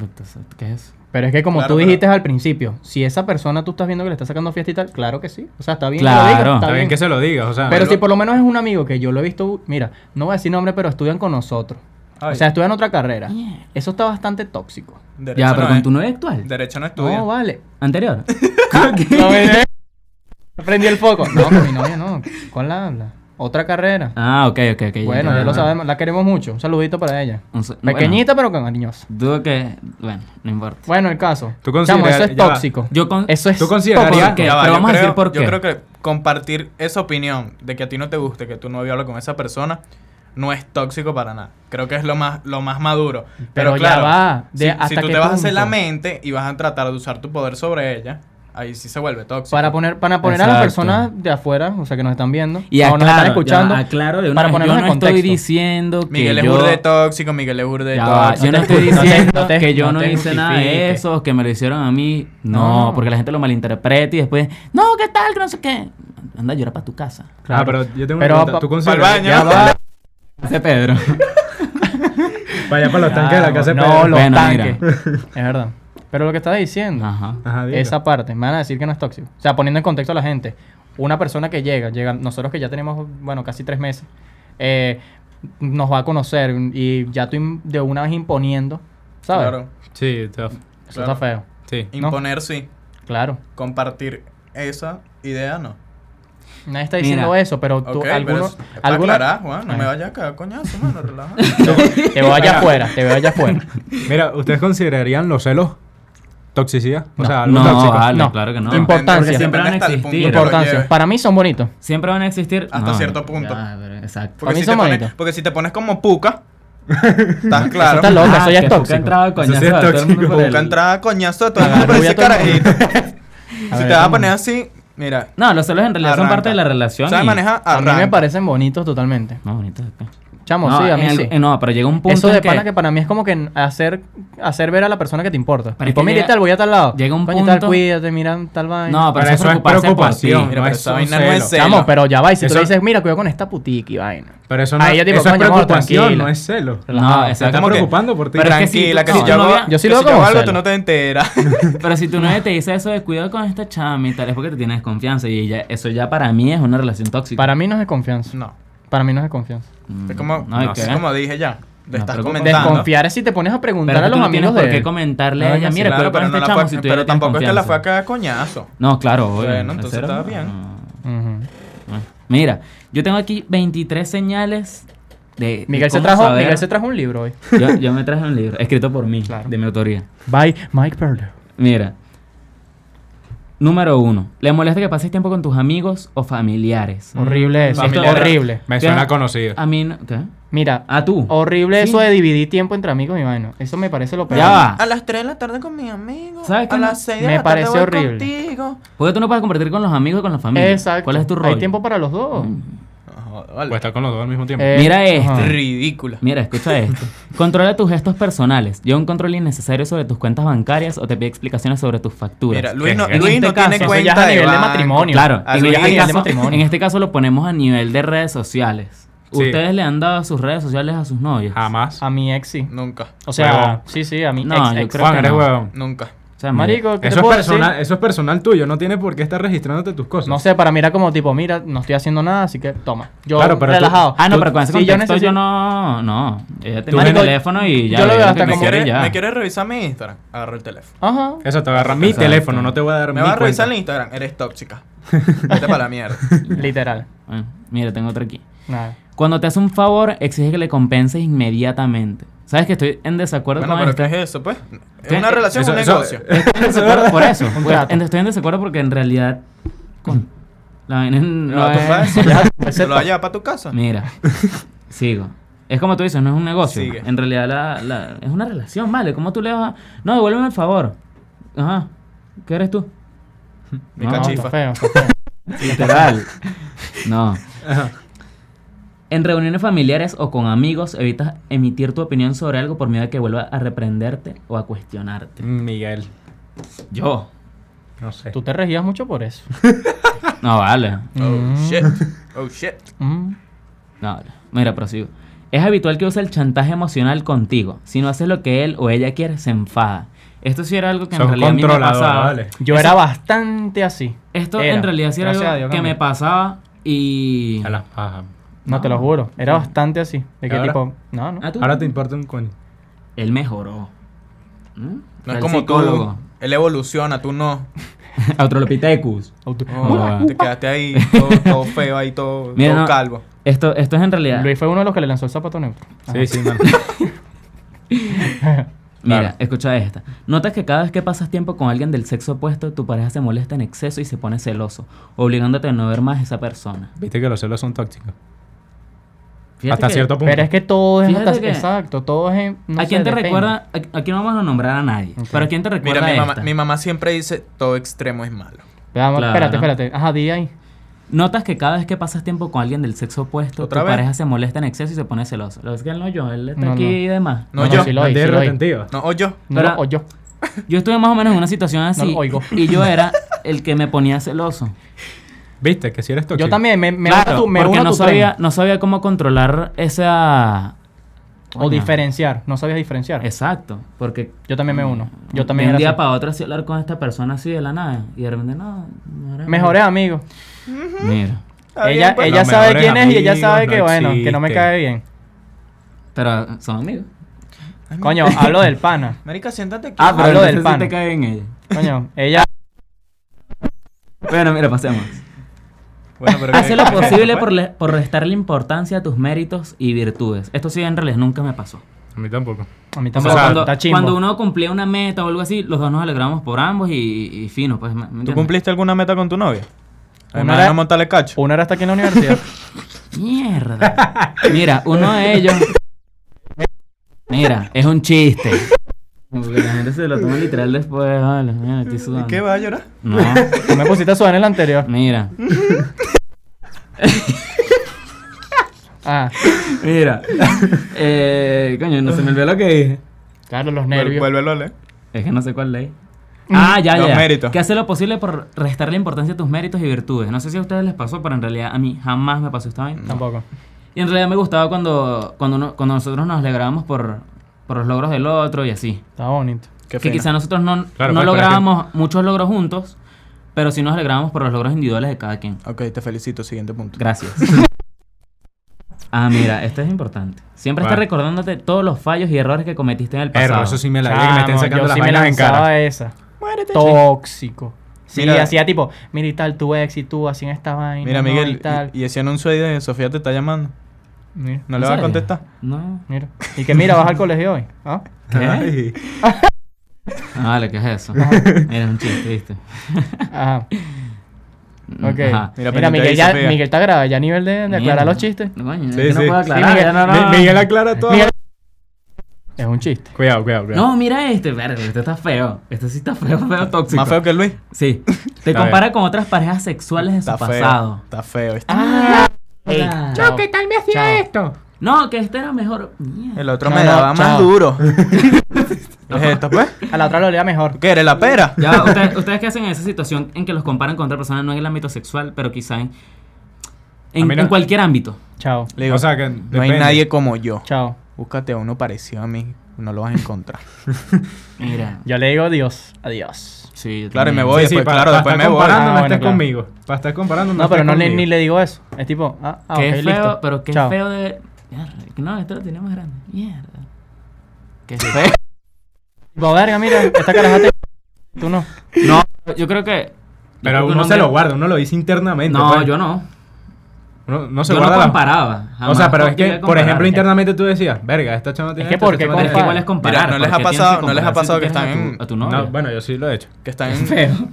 entonces, ¿qué es? Pero es que como Claro, tú pero- dijiste al principio, si esa persona tú estás viendo que le está sacando fiesta y tal, claro que sí. O sea, está bien que lo Claro. digas, Está Está bien que se lo digas, o sea. Pero lo- si por lo menos es un amigo que yo lo he visto, mira, no voy a decir nombre, pero estudian con nosotros. O Ay, sea, estudian otra carrera. Yeah. Eso está bastante tóxico. derecho Ya, pero no con es. tu novia actual. Derecho no estudia. No, vale. *laughs* Anterior. No me Prendí el foco. No, con mi novia no. ¿Cuál la habla? Otra carrera. ah, ok, ok, ok. bueno, ya entiendo. lo sabemos, la queremos mucho. Un saludito para ella. Un sa- Pequeñita, pero con cariñosa. bueno, dudo que, bueno, no importa. Bueno, el caso. ¿Tú Chamo, consideras- eso es ya va. tóxico. Yo con- Eso es ¿Tú considerarías- ¿Por qué? tóxico. Ya va, Pero yo vamos a creo- decir por qué. Yo creo que compartir esa opinión de que a ti no te guste que tu novio habla con esa persona no es tóxico para nada. Creo que es lo más, lo más maduro. Pero, Pero ya claro, va, de si, hasta si tú qué te vas a hacer punto. la mente y vas a tratar de usar tu poder sobre ella, ahí sí se vuelve tóxico. Para poner, para poner a las Exacto. personas de afuera, o sea, que nos están viendo, Y o aclaro, nos están ya, escuchando, aclaro de una para vez, ponernos yo en no estoy contexto. diciendo que Miguel es yo... burde tóxico, Miguel es burde Ya va, tóxico. yo no te estoy ju- no te- diciendo no te- que yo no no, te hice nada de justifiques. eso, que me lo hicieron a mí. No, No. porque la gente lo malinterpreta y después, no, ¿qué tal? Que no sé qué. Anda, llora para tu casa. Ah, pero yo tengo una Pero pregunta. pa- ¿Tú Pa'l consideras baño. *laughs* Hace Pedro. Para allá para los tanques de la Claro, casa de no, Pedro. los Bueno, tanques. Es verdad. Pero lo que estaba diciendo, *laughs* Ajá. Ajá, dilo. esa parte, me van a decir que no es tóxico. O sea, poniendo en contexto a la gente, una persona que llega, llega nosotros que ya tenemos, bueno, casi tres meses, eh, nos va a conocer y ya tú im- de una vez imponiendo, ¿sabes? Claro. Sí, tough. Eso claro. está feo. Sí. Imponer sí, Claro. compartir esa idea no. Nadie está diciendo Mira. eso, pero tú, Ok, pero algunos... es- es pa' algunos- aclarar, Juan, no Ay. me vayas a cagar coñazo, *laughs* mano, relájate. te veo allá afuera, te veo allá *laughs* afuera. Mira, ¿ustedes considerarían los celos toxicidad? O No. sea, algo No, tóxico. vale, No. claro que no. Impor- Importancia. Depende, Siempre van a hasta el punto existir. que lo Importancia. lleves. Para mí son bonitos. Siempre van a existir. Hasta cierto punto. ya, pero- exacto. Para Porque mí si, son te pones, bonitos. porque si te pones como puca, estás claro. está loco. Loca, eso ya es que Puka tóxico. entraba a Eso sí es coñazo a todo el mundo tóxico. por el- Puca entraba a coñazo de todo el Agarró mundo por ya ese todo el mundo. carajito. *laughs* A si ver, te vas a ¿cómo? poner así, mira, No, los celos en realidad son Arranca. parte de la relación. sabes y- manejar, A mí me arranca. parecen bonitos totalmente. No, bonito. acá. Chamo, No, sí, a en mí algo- sí. eh, No, pero llega un punto Eso de en que... pana que para mí es como que hacer, hacer ver a la persona que te importa. Pero es tipo, que mira y llega- tal, voy a tal lado. llega un Coño y tal, punto- cuídate, mira tal vaina. No, pero, Para eso es preocuparse por ti. preocupación. Mira, no pero es esa un vaina no es celo. celo. Chamo, pero ya va. Y si tú Eso- le dices, mira, cuidado con esta putica y vaina. Pero eso no Ahí yo digo, eso es coño, amor, preocupación, tranquila. no es celo. No, Se está exacto. Estamos que- preocupando por ti. Pero es que tranquila, si que tú- si no, yo no, hago, yo sí que lo si hago yo como hago algo, celo. tú no te enteras. *laughs* Pero si tu novia te dice eso de cuidado con esta chama y tal, es porque te tiene desconfianza. Y ya, eso ya para mí es una relación tóxica. Para mí no es de confianza. No, Para mí no es de confianza. Mm, es como, no, ¿y es qué? como dije ya, No, le estás pero- comentando. Desconfiar es si te pones a preguntar Pero a tú los no tienes amigos por de qué él. comentarle No, a venga, ella, sí, mira, Claro, cuidado con pero, no este la chamo fue- si tú ya pero le tienes tampoco es que la fue a confianza. cagar coñazo. No, claro, obvio. Bueno, entonces Cero, está no, bien. no. Ujú. Mira, yo tengo aquí 23 señales de. de Miguel se, cómo trajo, saber- Miguel se trajo un libro hoy. Yo, yo me traje un libro escrito por mí, de mi autoría. By Mike Perler. Mira, Número uno, le molesta que pases tiempo con tus amigos o familiares. Horrible eso. Esto- horrible. Me Te- suena conocido. A mí no. ¿Qué? Mira, A tú. horrible Sí. eso de dividir tiempo entre amigos y bueno. Eso me parece lo peor. Ya va. A las 3 de la tarde con mis amigos. ¿Sabes qué? A las 6 de Me la tarde parece voy horrible. contigo. Porque tú no puedes compartir con los amigos y con la familia. Exacto. ¿Cuál es tu rol? Mm. Hay tiempo para los dos. No joda, vale. Puede Pues estar con los dos al mismo tiempo. Eh, Mira este. ajá. Ridícula. Mira, escucha *laughs* esto. Controla tus gestos personales. Lleva un control innecesario sobre tus cuentas bancarias o te pide explicaciones sobre tus facturas. Mira, Luis ¿Qué no, es Luis este no tiene caso, eso ya cuenta es a nivel de banco. matrimonio. Claro, Ah, en Luis, este, nivel de caso, matrimonio. en este caso lo ponemos a nivel de redes sociales. Sí. Ah, ¿Ustedes le han dado sus redes sociales a sus novios? Jamás. A mi ex sí. Nunca, O sea, Huevón. sí, sí, a mi No, ex. yo ex. creo Juan, que eres no. huevón. nunca. O sea, mira, Marico, ¿qué te Eso es, puedo personal, decir? eso es personal tuyo, no tiene por qué estar registrándote tus cosas. No sé, para mí era como tipo, mira, no estoy haciendo nada, así que toma. Yo Claro, pero tú- relajado. Ah, no, pero con ese Sí, yo contexto yo, necesito- no... No, ella Tú tenía el me- teléfono y ya... yo lo ve veo que hasta me como- quiere ¿Quieres- y ya. ¿Me quieres revisar mi Instagram? Agarro el teléfono. Ajá. Eso te agarra mi Exacto. teléfono, no te voy a dar ¿Me mi vas a revisar el cuenta. Instagram? Eres tóxica. Vete para la mierda. Literal. Bueno, Ah, mira, tengo otro aquí. Nada. Cuando te hace un favor, exige que le compenses inmediatamente. ¿Sabes que estoy en desacuerdo Bueno, con pero esto? ¿qué es eso, pues? Es ¿Qué? una relación, Eso- un eso- eh, negocio. Estoy *laughs* en desacuerdo por *laughs* eso. Un Pues, trato. en- estoy en desacuerdo porque en realidad... con- La vaina no, No, tú es- sabes, *laughs* ¿Te Ese- lo vas a llevar para tu casa? Mira, sigo. Es como tú dices, no es un negocio. Sigue. En realidad la, la- es una relación, ¿vale? ¿Cómo tú le vas a...? No, devuélveme el favor. Ajá. ¿Qué eres tú? Mi No, No, cachifa. está feo, está feo. Literal. *laughs* No. En reuniones familiares o con amigos, evitas emitir tu opinión sobre algo por miedo a que vuelva a reprenderte o a cuestionarte. Mm, Miguel, Yo. no sé. Tú te regías mucho por eso. No, vale. Oh, Mm. shit. Oh, shit. Mm. No, vale. Mira, prosigo. Es habitual que use el chantaje emocional contigo. Si no haces lo que él o ella quiere, se enfada. Esto sí era algo que en Son realidad a mí me controladores, pasaba. vale. Yo era bastante así. Esto Era. en realidad sí era Gracias a algo Dios que cambié. me pasaba y... A las pajas. No, te lo juro. Era bastante así. ¿De qué ¿Ahora? tipo? No, no. Ah, tú. Ahora te importa un coño. Él mejoró. ¿Mm? No El es como psicólogo. tú. Él evoluciona, tú no. Australopithecus. Auto- Oh, Ah. te quedaste ahí todo, todo feo, ahí todo, Mira, todo no. calvo. Esto, esto es en realidad... Luis fue uno de los que le lanzó el zapato neutro. Sí, sí, man. Mira, Claro. escucha esta. Notas que cada vez que pasas tiempo con alguien del sexo opuesto, tu pareja se molesta en exceso y se pone celoso, obligándote a no ver más a esa persona. Viste que los celos son tóxicos. Fíjate Hasta que- cierto punto. Pero es que todo es Fíjate hasta- que- exacto, todo es en- no ¿A sé, quién te depende. recuerda? a- Aquí no vamos a nombrar a nadie. Pero ¿a quién te recuerda Mira, mi mamá, esta? mi mamá siempre dice, todo extremo es malo. Veamos, Claro. Espérate, espérate. Ajá, di ahí. Notas que cada vez que pasas tiempo con alguien del sexo opuesto, tu ¿Otra vez? pareja se molesta en exceso y se pone celoso. Lo es que él no yo, él está No, aquí no. y demás. No, yo. sí lo No oí, sí tienes lo oí. retentiva. No, o yo. No Pero- lo oí yo. Yo estuve más o menos en una situación así lo oigo. y yo era el que me ponía celoso. Viste que si eres tóxico. Yo también *laughs* me, me uno a claro, tu- me porque uno a no tu sabía, tren. no sabía cómo controlar esa... O Coño. diferenciar. No sabías diferenciar. Exacto, porque Yo también me uno. Yo de también un era día así. para otro así hablar con esta persona así de la nada y de repente no, no era- Mejores amigos. Mira, Está bien, ella pues. ella Los sabe mejores quién es y ella amigos sabe no que, bueno, que no me existen. cae bien. pero son amigos. Ay, Coño, marica. hablo del pana. Marica, siéntate aquí. Ah, pero Hablo del entonces sí te pan. cae bien ella. Coño, ella. Bueno, mira, pasemos. Bueno, pero Hace *laughs* que- lo posible pues. por, le- por restarle importancia a tus méritos y virtudes. Esto sí en realidad nunca me pasó. A mí tampoco. A mí O sea, tampoco. cuando, está chimbo. cuando uno cumplía una meta o algo así, los dos nos alegramos por ambos y, y fino, pues. ¿me- me ¿Tú entiendes? cumpliste alguna meta con tu novia? Además era- de no montarle cacho. Uno era hasta aquí en la universidad. Mierda. Mira, uno de ellos. Mira, es un chiste. Como que la gente se lo toma literal después, vale, mira, estoy sudando. ¿Qué vas a llorar? No, Tú me pusiste a sudar en el anterior. *laughs* mira. Ah, Mira. Eh, coño, no se me olvidó lo que dije. claro, los Vuel- nervios. Vuélvelo a leer. Es que no sé cuál ley. Ah, ya, Los ya. méritos. Que hace lo posible por restarle importancia a tus méritos y virtudes. No sé si a ustedes les pasó, pero en realidad a mí jamás me pasó esta vaina. Tampoco. Y en realidad me gustaba cuando, cuando, uno- cuando nosotros nos alegrábamos por, por los logros del otro y así. Está bonito. Qué que fino. quizá nosotros Claro, no, no pues, pero es que- lográbamos muchos logros juntos, pero sí nos alegrábamos por los logros individuales de cada quien. Ok, te felicito. Siguiente punto. Gracias. *laughs* ah, mira, esto es importante. Siempre está Bueno. recordándote todos los fallos y errores que cometiste en el pasado. Perro, eso sí me la vi que me estén Chamo, sacando yo las sí me vainas en lanzaba cara. esa. Muérete. Tóxico. Sí, Mira- hacía tipo, mira y tal, tu ex y tú, así en esta vaina. Mira, no, Miguel, y tal. y, y ese anuncio ahí de Sofía te está llamando. Mira, ¿No le ¿En vas a *laughs* serio? contestar? No. mira. Y que mira, vas al colegio hoy. ¿ah? ¿Qué? Ay. Ah, vale, ¿qué es eso? Era un chiste, ¿viste? Ajá. Mm, *laughs* Ok. ajá. Mira, Mira, pendiente ahí, Miguel, ya, Sofía. Miguel está grave, ya a nivel de, de aclarar Mierda. los chistes. No, Coño, Sí, es que no sí. puedo Sí, aclarar. Miguel- ya no, no. Mi- Miguel aclara todo. Miguel- Es un chiste. Cuidado, cuidado, cuidado. No, mira este, verga, este está feo. Este sí está feo, feo, tóxico. Más feo que Luis. *laughs* Sí. Te Está compara con otras parejas sexuales de su Está feo. pasado. Está feo. este. Ey, Chao. Ah, ¿qué tal me hacía esto? No, que este era mejor. Mierda. El otro No, me no, daba más chao. duro. ¿Es esto, pues? A la otra lo olía mejor. ¿Qué eres, la pera? Ya, *laughs* ustedes, ustedes qué hacen en esa situación en que los comparan con otra persona, no en el ámbito sexual, pero quizá en, en, A mí no- en cualquier ámbito. Chao. Le digo, o sea, que no hay depende. nadie como yo. Chao. Búscate a uno parecido a mí. No lo vas a *laughs* encontrar. Mira. Yo le digo adiós. Adiós. Sí, yo Claro, y me también. voy. sí, sí, después, para, claro, para después estar me voy. comparando, Ah, no bueno, estés claro. conmigo. Para estar comparando, no, No, pero estés no le- conmigo. ni le digo eso. Es tipo, ah, ah Qué ok, feo, listo. pero qué Chao. feo de. Mierda, No, esto lo tenía más grande. Mierda. Qué feo. Tipo, verga, mira, esta caraja te... Tú no. No, yo creo que. yo creo que Pero un uno se hombre- lo guarda, uno lo dice internamente. No, pues. yo no. Uno no se yo guarda no la- comparaba. O jamás sea, pero es llegué que, a por ejemplo, comparar. internamente tú decías, verga, esta chama tiene que esto, esta porque chama Pero es tiene que igual es esto". comparar. Mira, no les porque ha tienes pasado- que no les ha comparar si pasado tú que quieres a están tu- en- A tu novio. No, bueno, yo sí lo he hecho. Que están Qué *laughs* en, feo.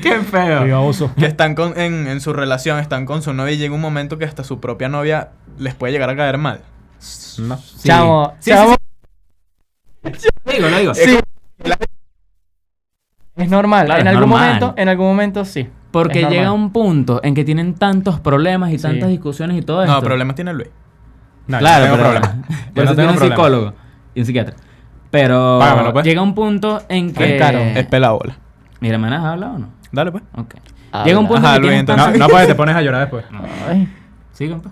Qué Yo feo. abuso. que están con- en, en su relación, están con su novia y llega un momento que hasta su propia novia les puede llegar a caer mal. No. Sí. Chamo, Sí, sí, chamo, sí, Lo digo, lo digo. es normal. Claro, en es algún normal. momento, en algún momento sí. Porque Es normal. llega un punto en que tienen tantos problemas y Sí. tantas discusiones y todo esto. No, problemas tiene Luis. No, Claro, yo no tengo pero- problema. *laughs* Por Yo eso no tiene tengo un problema. psicólogo y un psiquiatra. Pero Págamelo, pues. llega un punto en que. Es caro. Es pelabola. Mira, ¿me has hablado o no? Dale, pues. Ok. Llega un punto Ajá, en que Luis, tienen entonces- tantos... No, no, porque te pones a llorar después. Ay. Sí, compa.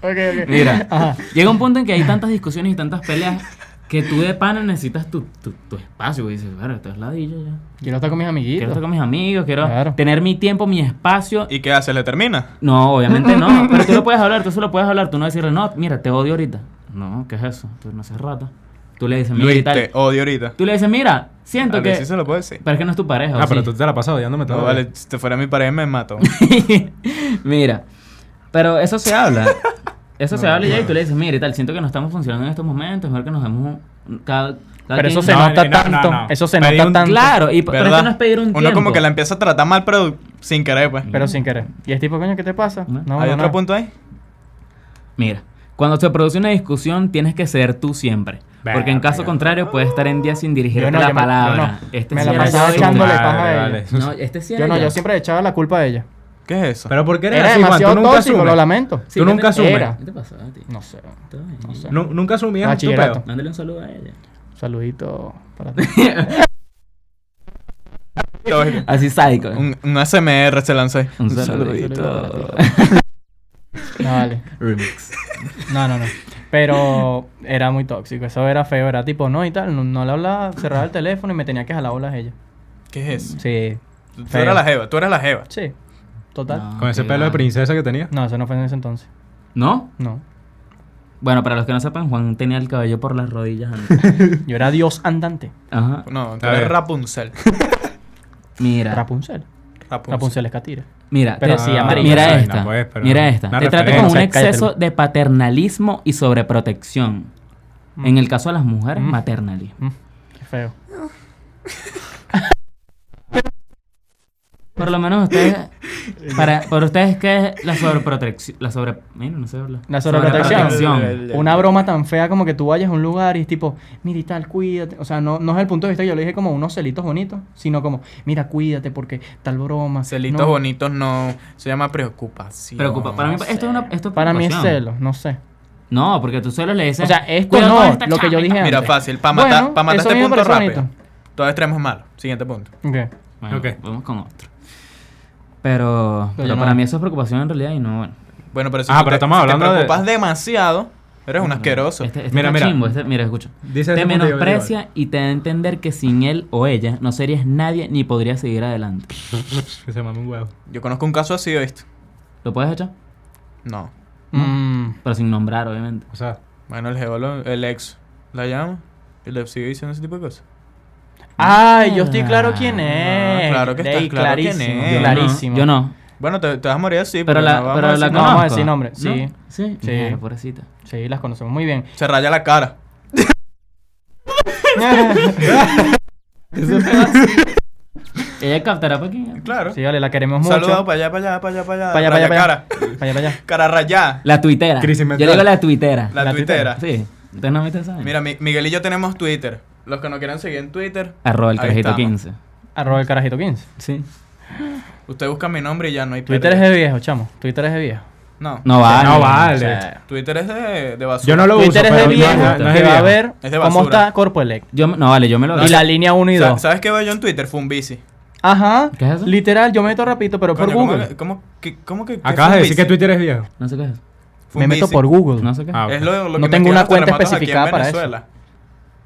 Ok, ok. Mira, *laughs* Ajá. llega un punto en que hay tantas discusiones y tantas peleas que tú de pana necesitas tu, tu, tu espacio. Y dices, claro, esto es ladillo ya. Quiero estar con mis Quiero amiguitos. estar con mis amigos, quiero Claro. tener mi tiempo, mi espacio. ¿Y qué hace? ¿Le termina? No, obviamente *laughs* no. Pero tú lo puedes hablar, tú solo puedes hablar. Tú no decirle, no, mira, te odio ahorita. No, ¿qué es eso? Tú no seas rata. Tú le dices, mira, y Luis, tal. te odio ahorita. Tú le dices, mira, siento A que. ver si se lo puedo decir. Pero es que no es tu pareja. Ah, ¿o pero sí? tú te la pasas odiándome todo. No, vale, si te fuera mi pareja me mato. *laughs* mira, pero eso se habla. Eso se habla ya y tú le dices, mira, y tal, siento que no estamos funcionando en estos momentos. Mejor que nos demos un. Cada, cada Pero eso quien- se No, nota no, no, tanto. no. Eso se Pedí nota un- tanto. Claro, y, pero ¿Verdad? esto no es pedir un tiempo. Uno como que la empieza a tratar mal, pero sin querer, pues. Pero sin querer. Y es tipo, coño, ¿qué te pasa? No. No, ¿Hay no, otro no. punto ahí? Mira, cuando se produce una discusión, tienes que ser tú siempre. Porque en caso Verga. contrario, puedes estar en día sin Yo dirigirte no, la yo me- yo palabra. no. Este Me sí la era pasaba yo y- echándole Madre, paja a vale. ella. No, este sí Yo era no, yo siempre echaba la culpa a ella. ¿Qué es eso? Pero ¿por qué eres Era así, Juan? demasiado Tú nunca tóxico, lo asumes. lamento. Sí, Tú ¿qué nunca te- asumes. Era. ¿Qué te pasó a ti? No sé. Está bien. No sé. Nu- Nunca asumías tu Bachillerato. pedo. Mándale un saludo a ella. Saludito para ti. *laughs* Así sádico. un, un ASMR se lanzó. Un saludito. *laughs* No, vale. Remix. No, no, no. Pero era muy tóxico. Eso era feo. Era tipo, no y tal. No, no le hablaba, cerraba el teléfono y me tenía que jalar bolas ella. ¿Qué es eso? Sí. Tú Feo. eras la jeva, tú eras la jeva. Sí. Total. Con ese pelo de princesa que tenía. No, eso no fue en ese entonces. ¿No? No. Bueno, para los que no sepan, Juan tenía el cabello por las rodillas. *laughs* Yo era Dios andante. Ajá. No, tú A eres ver. Rapunzel. Mira. Rapunzel. Rapunzel. Rapunzel es Catira. Mira, Pero te- sí, ah, amarillo. mira Ay, no, esta. pues, pero mira una esta. Te trata referencia. con un Cállate, exceso Luis. de paternalismo y sobreprotección. Mm. En el caso de las mujeres, Mm. maternalismo. Mm, qué feo. Por lo *laughs* menos ustedes. para, por ustedes, ¿qué es la sobreprotección? La sobre. Mira, no sé hablar. La sobreprotección. Sobreprotección. Una broma tan fea como que tú vayas a un lugar y es tipo, mira y tal, cuídate. O sea, no, no es el punto de vista que yo le dije como unos celitos bonitos, sino como, mira, cuídate porque tal broma. Celitos no". bonitos no. Se llama preocupación. Preocupa. Para mí, esto es una. Esto es Para mí es preocupación. celo, no sé. No, porque tú solo le dices. O sea, esto "Cuidado Pues no, con esta lo que chama yo y dije tal". Mira, antes. fácil. Para matar, Bueno, pa' matar eso este mismo punto me parece rápido. bonito. Todo extremo es malo. Siguiente punto. Ok. Bueno, Ok. vamos con otro. Pero, pero yo no. para mí eso es preocupación en realidad y no, bueno. Bueno, pero si Ah, tú pero te, estamos si te hablando de- preocupas demasiado, eres un asqueroso. Este, este Mira, está mira. chimbo, este- mira, escucha. Dice te ese punto yo, menosprecia y te da a entender que sin él o ella no serías nadie ni podrías seguir adelante. Que se mame un huevo. Yo conozco un caso así, ¿viste? ¿Lo puedes echar? No. Mm, Pero sin nombrar, obviamente. O sea, Bueno, el geólogo, el ex, la llama y le sigue diciendo ese tipo de cosas. Ay, yo estoy claro quién es. Ah, claro que Leí estás claro quién clarísimo, es. Yo no, Clarísimo. Ah. Yo no. Bueno, te, te vas a morir así, Pero porque la, no vamos a pero la no decir nada. vamos a conozco. decir nombre. Sí. ¿No? Sí. Sí. Mierda, pobrecita. *laughs* Sí, las conocemos muy bien. Se raya la cara. Eso fue así. Ella captará para quién. Claro. *laughs* Sí, vale, la queremos mucho. Saludado para allá, para allá, para allá, para allá. Para allá, para allá, para allá. Cara, Para allá, para allá. cara rayá. La tuitera. Crisis mental. Yo le digo la tuitera. La, tuitera. Sí. Ustedes no viste saben. Mira, Mi- Miguel y yo tenemos Twitter. Los que no quieran seguir en Twitter, Arroba el Ahí carajito estamos. 15. Arroba el carajito 15. Sí. usted busca mi nombre y ya no hay Twitter es pérdida. de viejo, chamo. Twitter es de viejo. No. No vale. No vale. Twitter es de, de basura. Yo no lo Twitter uso, es de pero viejo. no, no, no es que de va a viejo. ver Es de cómo basura. está Corpoelec. Yo, me- no vale, yo me lo No, y sé. la línea 1 y Sa- 2. ¿Sabes qué veo yo en Twitter? Fue un bici. Ajá. ¿Qué es eso? Literal, yo me meto rapidito, pero por Coño, ¿cómo Google. que- ¿Cómo que, cómo que, que Acabas fue de un decir que bici? Twitter es viejo. No sé qué es. Fue un Me meto bici. por Google. No sé qué es. Ah, ok. Es lo, lo No que tengo metían una los cuenta terremotos aquí en especificada para eso. Venezuela.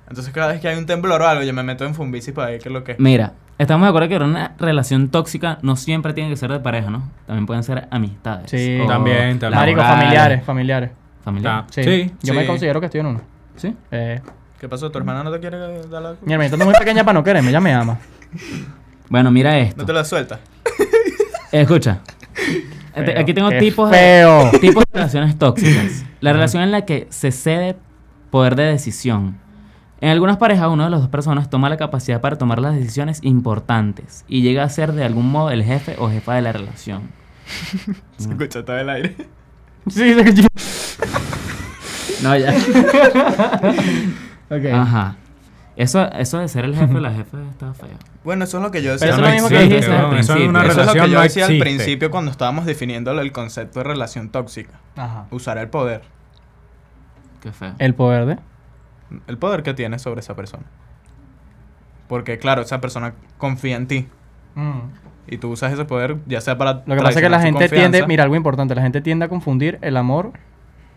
Entonces cada vez que hay un temblor o algo, yo me meto en Fumbisi para ver qué es lo que Mm. es. Mira, estamos de acuerdo que una relación tóxica no siempre tiene que ser de pareja, ¿no? También pueden ser amistades. Sí. o También, también. Marico, laborales. familiares, familiares. Familiares. Ah. Sí. Sí, Yo me sí. considero que estoy en uno. ¿Sí? Eh, ¿Qué pasó? ¿Tu hermana no te quiere dar la mi hermanita es muy pequeña para no quererme, ella me ama. Bueno, mira esto. ¿No te la suelta? *laughs* Escucha. Te- Feo. Este, Aquí tengo Qué tipos feo. de, tipos de relaciones tóxicas. La relación en la que se cede poder de decisión. En algunas parejas, una de las dos personas toma la capacidad para tomar las decisiones importantes y llega a ser de algún modo el jefe o jefa de la relación. Se escucha, está del aire. *laughs* Sí, sí, sí. No, ya. Ok. Ajá. Eso, eso de ser el jefe o la jefa está feo. Bueno, eso es lo que yo decía. Eso Pero eso es no lo mismo que existe, dijiste al weón. Eso en principio. una Eso Eso es lo que relación yo no decía al existe. principio cuando estábamos definiendo el concepto de relación tóxica. Ajá. Usar el poder. Qué feo. El poder de. El poder que tienes sobre esa persona. Porque, claro, esa persona confía en ti. Mm. Y tú usas ese poder, ya sea para. Lo que pasa es que la traicionar su gente tiende, confianza. mira, algo importante, la gente tiende a confundir el amor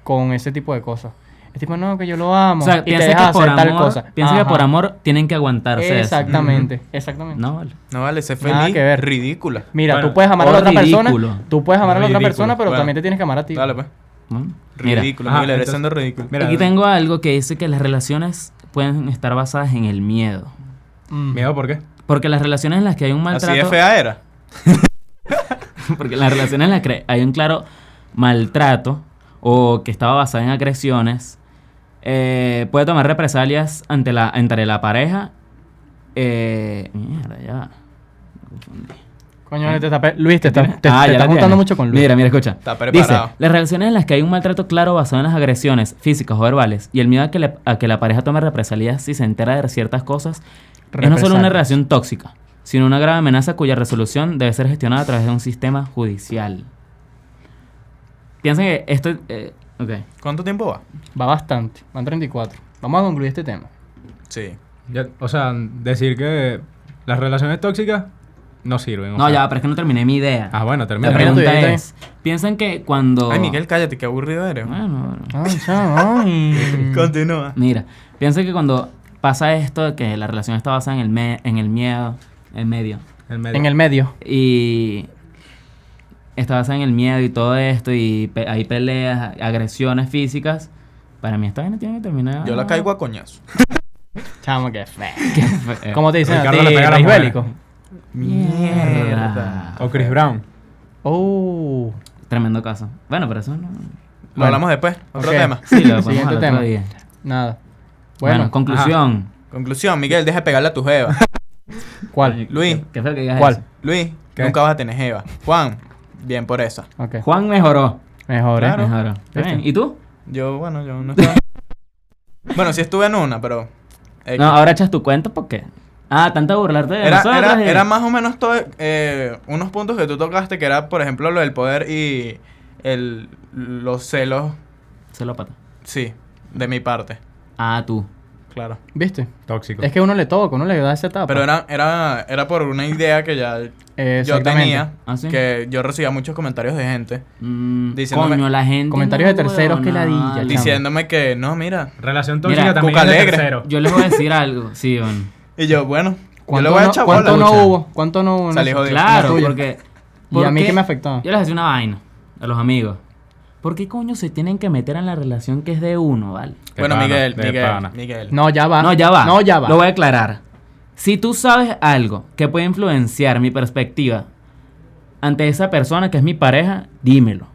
con ese tipo de cosas. Es tipo, no, que yo lo amo. O sea, y te piensa dejas que, por hacer tal amor, cosa. piensa que Ajá. por amor tienen que aguantarse eso. Exactamente, exactamente. No, vale. No vale, sé feliz. Nada que ver. Ridícula. Mira, Bueno, tú puedes amar a la o otra ridículo. persona. Tú puedes amar a la otra Ridículo, persona, pero bueno. también te tienes que amar a ti. Dale, pues. Mm. Mira. Ridículo. Ajá, Miguel, eres entonces- siendo ridículo. Mira, Aquí tengo algo que dice que las relaciones pueden estar basadas en el miedo. Mm. ¿Miedo por qué? Porque las relaciones en las que hay un maltrato. Así de fea era. *laughs* Porque las relaciones en las que hay un claro maltrato o que estaba basada en agresiones, eh, puede tomar represalias ante la, entre la pareja. Eh, mierda, ya. va. Me confundí. Coño, vale, te está pe- Luis, te, está- te, Ah, te ya la estás juntando tienes. mucho con Luis. Mira, mira, escucha. Está preparado. Dice, las relaciones en las que hay un maltrato claro basado en las agresiones físicas o verbales y el miedo a que, le- a que la pareja tome represalias si se entera de ciertas cosas es no solo una Represalias. relación tóxica, sino una grave amenaza cuya resolución debe ser gestionada a través de un sistema judicial. Piensen que esto... eh, ok. ¿Cuánto tiempo va? Va bastante, van 34. Vamos a concluir este tema. Sí. Ya- o sea, decir que las relaciones tóxicas no sirven. o No, sea. ya, pero es que no terminé mi idea. Ah, bueno, la termina. termina tu idea, pregunta termina. es, piensan que cuando... Ay, Miguel, cállate, qué aburrido eres. Bueno, bueno. Ay, chao, ay. *laughs* Continúa. Mira, piensa que cuando pasa esto, de que la relación está basada en el, me- en el miedo, el medio, El medio. En el medio. y está basada en el miedo y todo esto, y pe- hay peleas, agresiones físicas, para mí esta vaina tiene que terminar. Yo la *laughs* caigo a coñazo. Chamo, que feo. Qué *laughs* feo. ¿Cómo te dicen? a Ricardo ti, le pega a las país mujeres. bélico? Mierda. O Chris Brown. Oh. Tremendo caso. Bueno, pero eso no. Lo hablamos después. Otro Ok. tema. Sí, lo Siguiente podemos hablar tema. otro día. Nada. Bueno, Bueno, conclusión. Conclusión, Miguel, deja de pegarle a tu *laughs* jeva. ¿cuál? Luis, ¿Qué fue que digas ¿Cuál? eso? Luis, ¿Qué? nunca vas a tener jeva. Juan, bien por esa. Ok. Juan mejoró. Mejor, ¿eh? Claro. Mejoró. Está bien. ¿Viste? ¿Y tú? Yo, bueno, yo *laughs* no estaba. bueno, sí estuve en una, pero. eh, No, ahora echas tu cuento porque. Ah, tanto burlarte de era, nosotros. era, y- era más o menos todo, eh, unos puntos que tú tocaste, que era, por ejemplo, lo del poder y el, los celos, Celópata. sí, de mi parte. Ah, tú. Claro. ¿Viste? Tóxico. Es que uno le toca, uno le da esa Ah, etapa. pues. Pero era, era, era por una idea que ya yo Exactamente. tenía, Ah, ¿sí? que yo recibía muchos comentarios de gente Mm, Diciéndome- coño, la gente. Comentarios de terceros que la ladilla, chamo. diciéndome que no, mira. Relación tóxica Mira, también Cuca es de Alegre. tercero. Yo les voy a decir algo, sí, *laughs* bueno. Y yo, bueno, yo le ¿Cuánto, voy a no, echar cuánto bola. no Escucha. hubo? ¿Cuánto no hubo? en Salí eso? jodido. Claro, tuya. porque. ¿Y a mí porque qué me afectó? Yo les hacía una vaina a los amigos. ¿Por qué coño se tienen que meter en la relación que es de uno, vale? De Bueno, pana, Miguel, de Miguel, pana. Miguel. No, ya va. No, ya va. No, ya va. Lo voy a aclarar. Si tú sabes algo que puede influenciar mi perspectiva ante esa persona que es mi pareja, dímelo.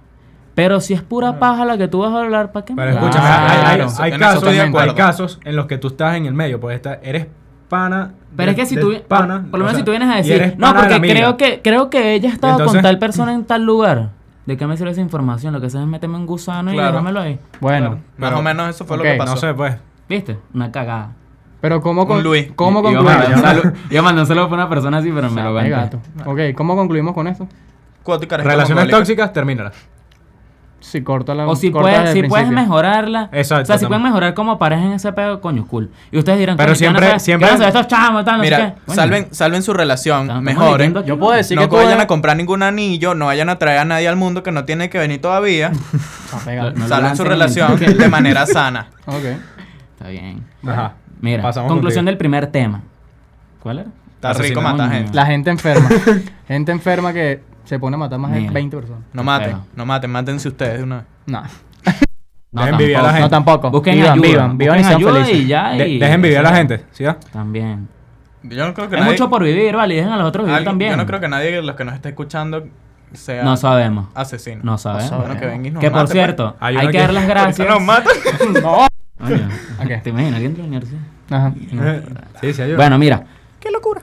Pero si es pura paja la que tú vas a hablar, ¿para qué? Pero me- escúchame, Ah, hay- hay, claro, hay en eso casos, estoy de acuerdo. hay casos en los que tú estás en el medio, pues está- eres pana. de- Pero es que si de tú, vi- pana, por, por o lo menos sea, si tú vienes a y eres decir, pana de no, la porque amiga". creo que creo que ella estaba Entonces- con tal persona en tal lugar. ¿De qué me sirve esa información? Lo que haces es meterme un gusano y Claro. dejármelo ahí. Bueno, Más Pero- o menos eso fue Ok, lo que pasó. No sé, pues. ¿Viste? Una cagada. pero ¿cómo, con, Un Luis. ¿cómo Iba a concluimos? mandar un *laughs* saludo- iba a mandar un saludo para una persona así, pero me lo Ay, aguanté. gato. Ok, ¿cómo concluimos con esto? Cuatro caras Relaciones mongólicas. tóxicas, termínalas. Si corta la O si, corta puedes, Ah, desde si el puedes principio. mejorarla. Exacto, O sea, si también. pueden mejorar como pareja en ese pedo, coño, cool. Y ustedes dirán, Pero coño, ¿qué van a siempre- hacer? ¿Qué siempre- van a hacer estos chamos, tal, no sé Mira, qué? Coño, salven, salven su relación, estamos mejoren. viviendo aquí, Yo ¿no? puedo decir no que que tú vayan eres- a comprar ningún anillo, no vayan a traer a nadie al mundo que no tiene que venir todavía. Ah, pegado. *laughs* No lo salven su lancen en el relación *laughs* internet. de manera sana. Ok. Está bien. Ajá. Mira, Pasamos conclusión contigo. del primer tema. ¿Cuál era? Está rico Asesinamos matar niños. gente. La gente *laughs* enferma. gente enferma que se pone a matar más de Mira. 20 personas. No maten, Pero- no maten, mátense ustedes de una vez. No. No, Dejen vivir a la tampoco. gente. No tampoco. Busquen vivan, ayuda. vivan, vivan y busquen sean ayuda felices. y ya. De- y- dejen vivir a la gente, ¿sí? ah? También. Yo no creo que Hay nadie- mucho por vivir, vale. Dejen a los otros vivir alguien- también. Yo no creo que nadie de los que nos esté escuchando sea No sabemos. asesino. No sabemos. No Bueno, que venga y nos que por mate, cierto, Hay hay, una que que- *laughs* dar *laughs* las pues. Ahorita gracias. nos mata. *laughs* No. Coño, Ok. ¿Te imaginas? ¿Alguien de la universidad? Ajá. Sí, sí, ayuda. Bueno, mira. ¡Qué locura!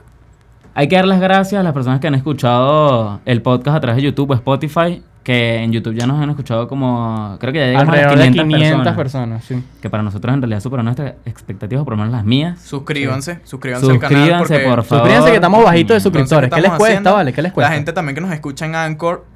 Hay que dar las gracias a las personas que han escuchado el podcast a través de YouTube o Spotify, que en YouTube ya nos han escuchado como, creo que ya llegamos Alrededor a las 500 de 500 personas. sí. Que para nosotros en realidad superó nuestras expectativas, o por lo menos las mías. Suscríbanse, suscríbanse, al canal. Suscríbanse, Porque por favor. Suscríbanse que estamos bajitos de Entonces, entonces, suscriptores. ¿Qué les estamos cuesta, haciendo? vale? ¿Qué les cuesta? La gente también que nos escucha *laughs* en Anchor.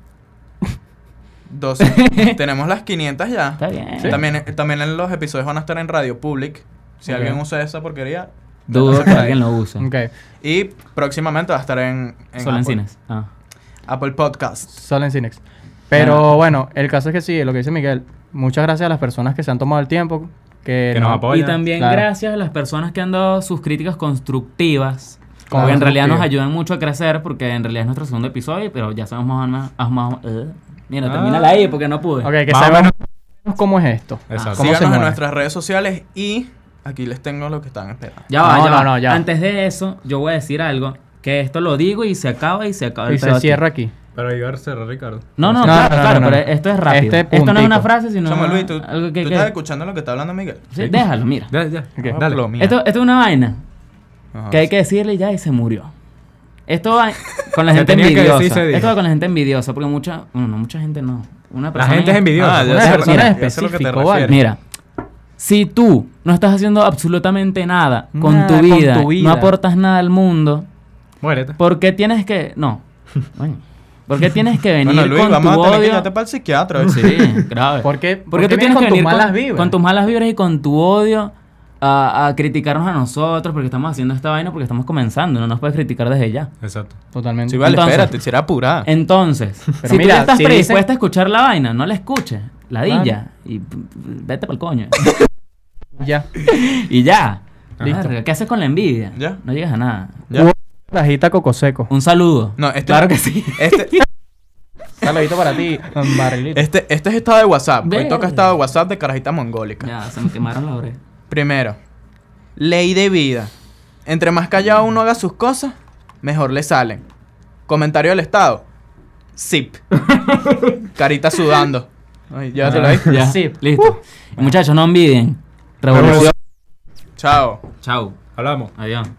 12. Tenemos las 500 ya. Está bien. También, también en los episodios van a estar en Radio Public. Si Ok. alguien usa esa porquería. Dudo que alguien lo use. Ok. pues. Y próximamente va a estar en, en Solo en Apple, cines. Ah. Apple Podcast. Solo en Cinex. Pero bueno, el caso es que sí, lo que dice Miguel. Muchas gracias a las personas que se han tomado el tiempo. Que, Que nos apoyan. Oye, y también claro. gracias a las personas que han dado sus críticas constructivas. Como que en realidad nos constructivas. ayudan mucho a crecer porque en realidad es nuestro segundo episodio, pero ya sabemos más o menos... ah, más o- eh. Mira, Ah. termina ahí porque no pude. Ok, que Más o sabemos cómo es esto. Exacto. ah, ¿Cómo se Síganos en mueve? nuestras redes sociales y aquí les tengo lo que están esperando. Ya va, No, ya, no, va. no, ya va. Antes de eso, yo voy a decir algo. Que esto lo digo y se acaba y se acaba. el Y se pedo aquí. cierra aquí. Pero iba a cerrar, Ricardo. No, no, No, claro, no, no, claro, no, pero no. esto es rápido. Este esto no es una puntico. frase, sino Chamo Luis, tú, algo que... tú que- estás escuchando lo que está hablando Miguel. Sí, déjalo, mira. Ya, ya. Ok. Ah, Dale. Plomía. Esto, esto es una vaina Ajá. que hay que decirle ya y se murió. Esto va con la Se gente tenía que decir, envidiosa. se dijo. Esto va con la gente envidiosa, porque mucha, bueno, no mucha gente no. Una La persona gente es envidiosa. Ah, pues. ya Una sé- persona mira, ya sé lo que te específico, vale. refieres. Mira, si tú no estás haciendo absolutamente nada, con, Nada tu con vida, tu vida. no aportas nada al mundo, Muérete. ¿por qué tienes que *laughs* no? Bueno, ¿por qué tienes que venir Bueno, Luis, con vamos tu a tener que odio? irte para el psiquiatra. ¿eh? *laughs* Sí, grave. ¿Por qué- Porque por tú qué vienes tienes con que tus venir malas vibras? con tus malas vibras y con tu odio a, a criticarnos a nosotros porque estamos haciendo esta vaina porque estamos comenzando, no nos puedes criticar desde ya. Exacto. Totalmente. Sí, vale, Entonces- espérate, será apurada. Entonces, Pero si mira, tú ya estás si predispuesta dicen- a escuchar la vaina, no la escuches, la Claro. dilla y p- p- vete pa'l coño. *laughs* Ya. y ya. Listo. Verga, ¿Qué haces con la envidia? Ya. No llegas a nada. Ya. Hubo Rajita coco seco. Un saludo. No, este, Claro que sí. *laughs* Este, Saludito para ti, barrilito. este, este es estado de WhatsApp. Hoy Verga. toca estado de WhatsApp de carajita mongólica. Ya, se me quemaron las orejas. Primero, ley de vida. Entre más callado uno haga sus cosas, mejor le salen. Comentario del Estado. *laughs* Zip. Carita sudando. Ay, llévatelo ahí. Ya. Sí. Listo. Muchachos, no envidien. Revolución. Chao. Chao. Hablamos. Adiós.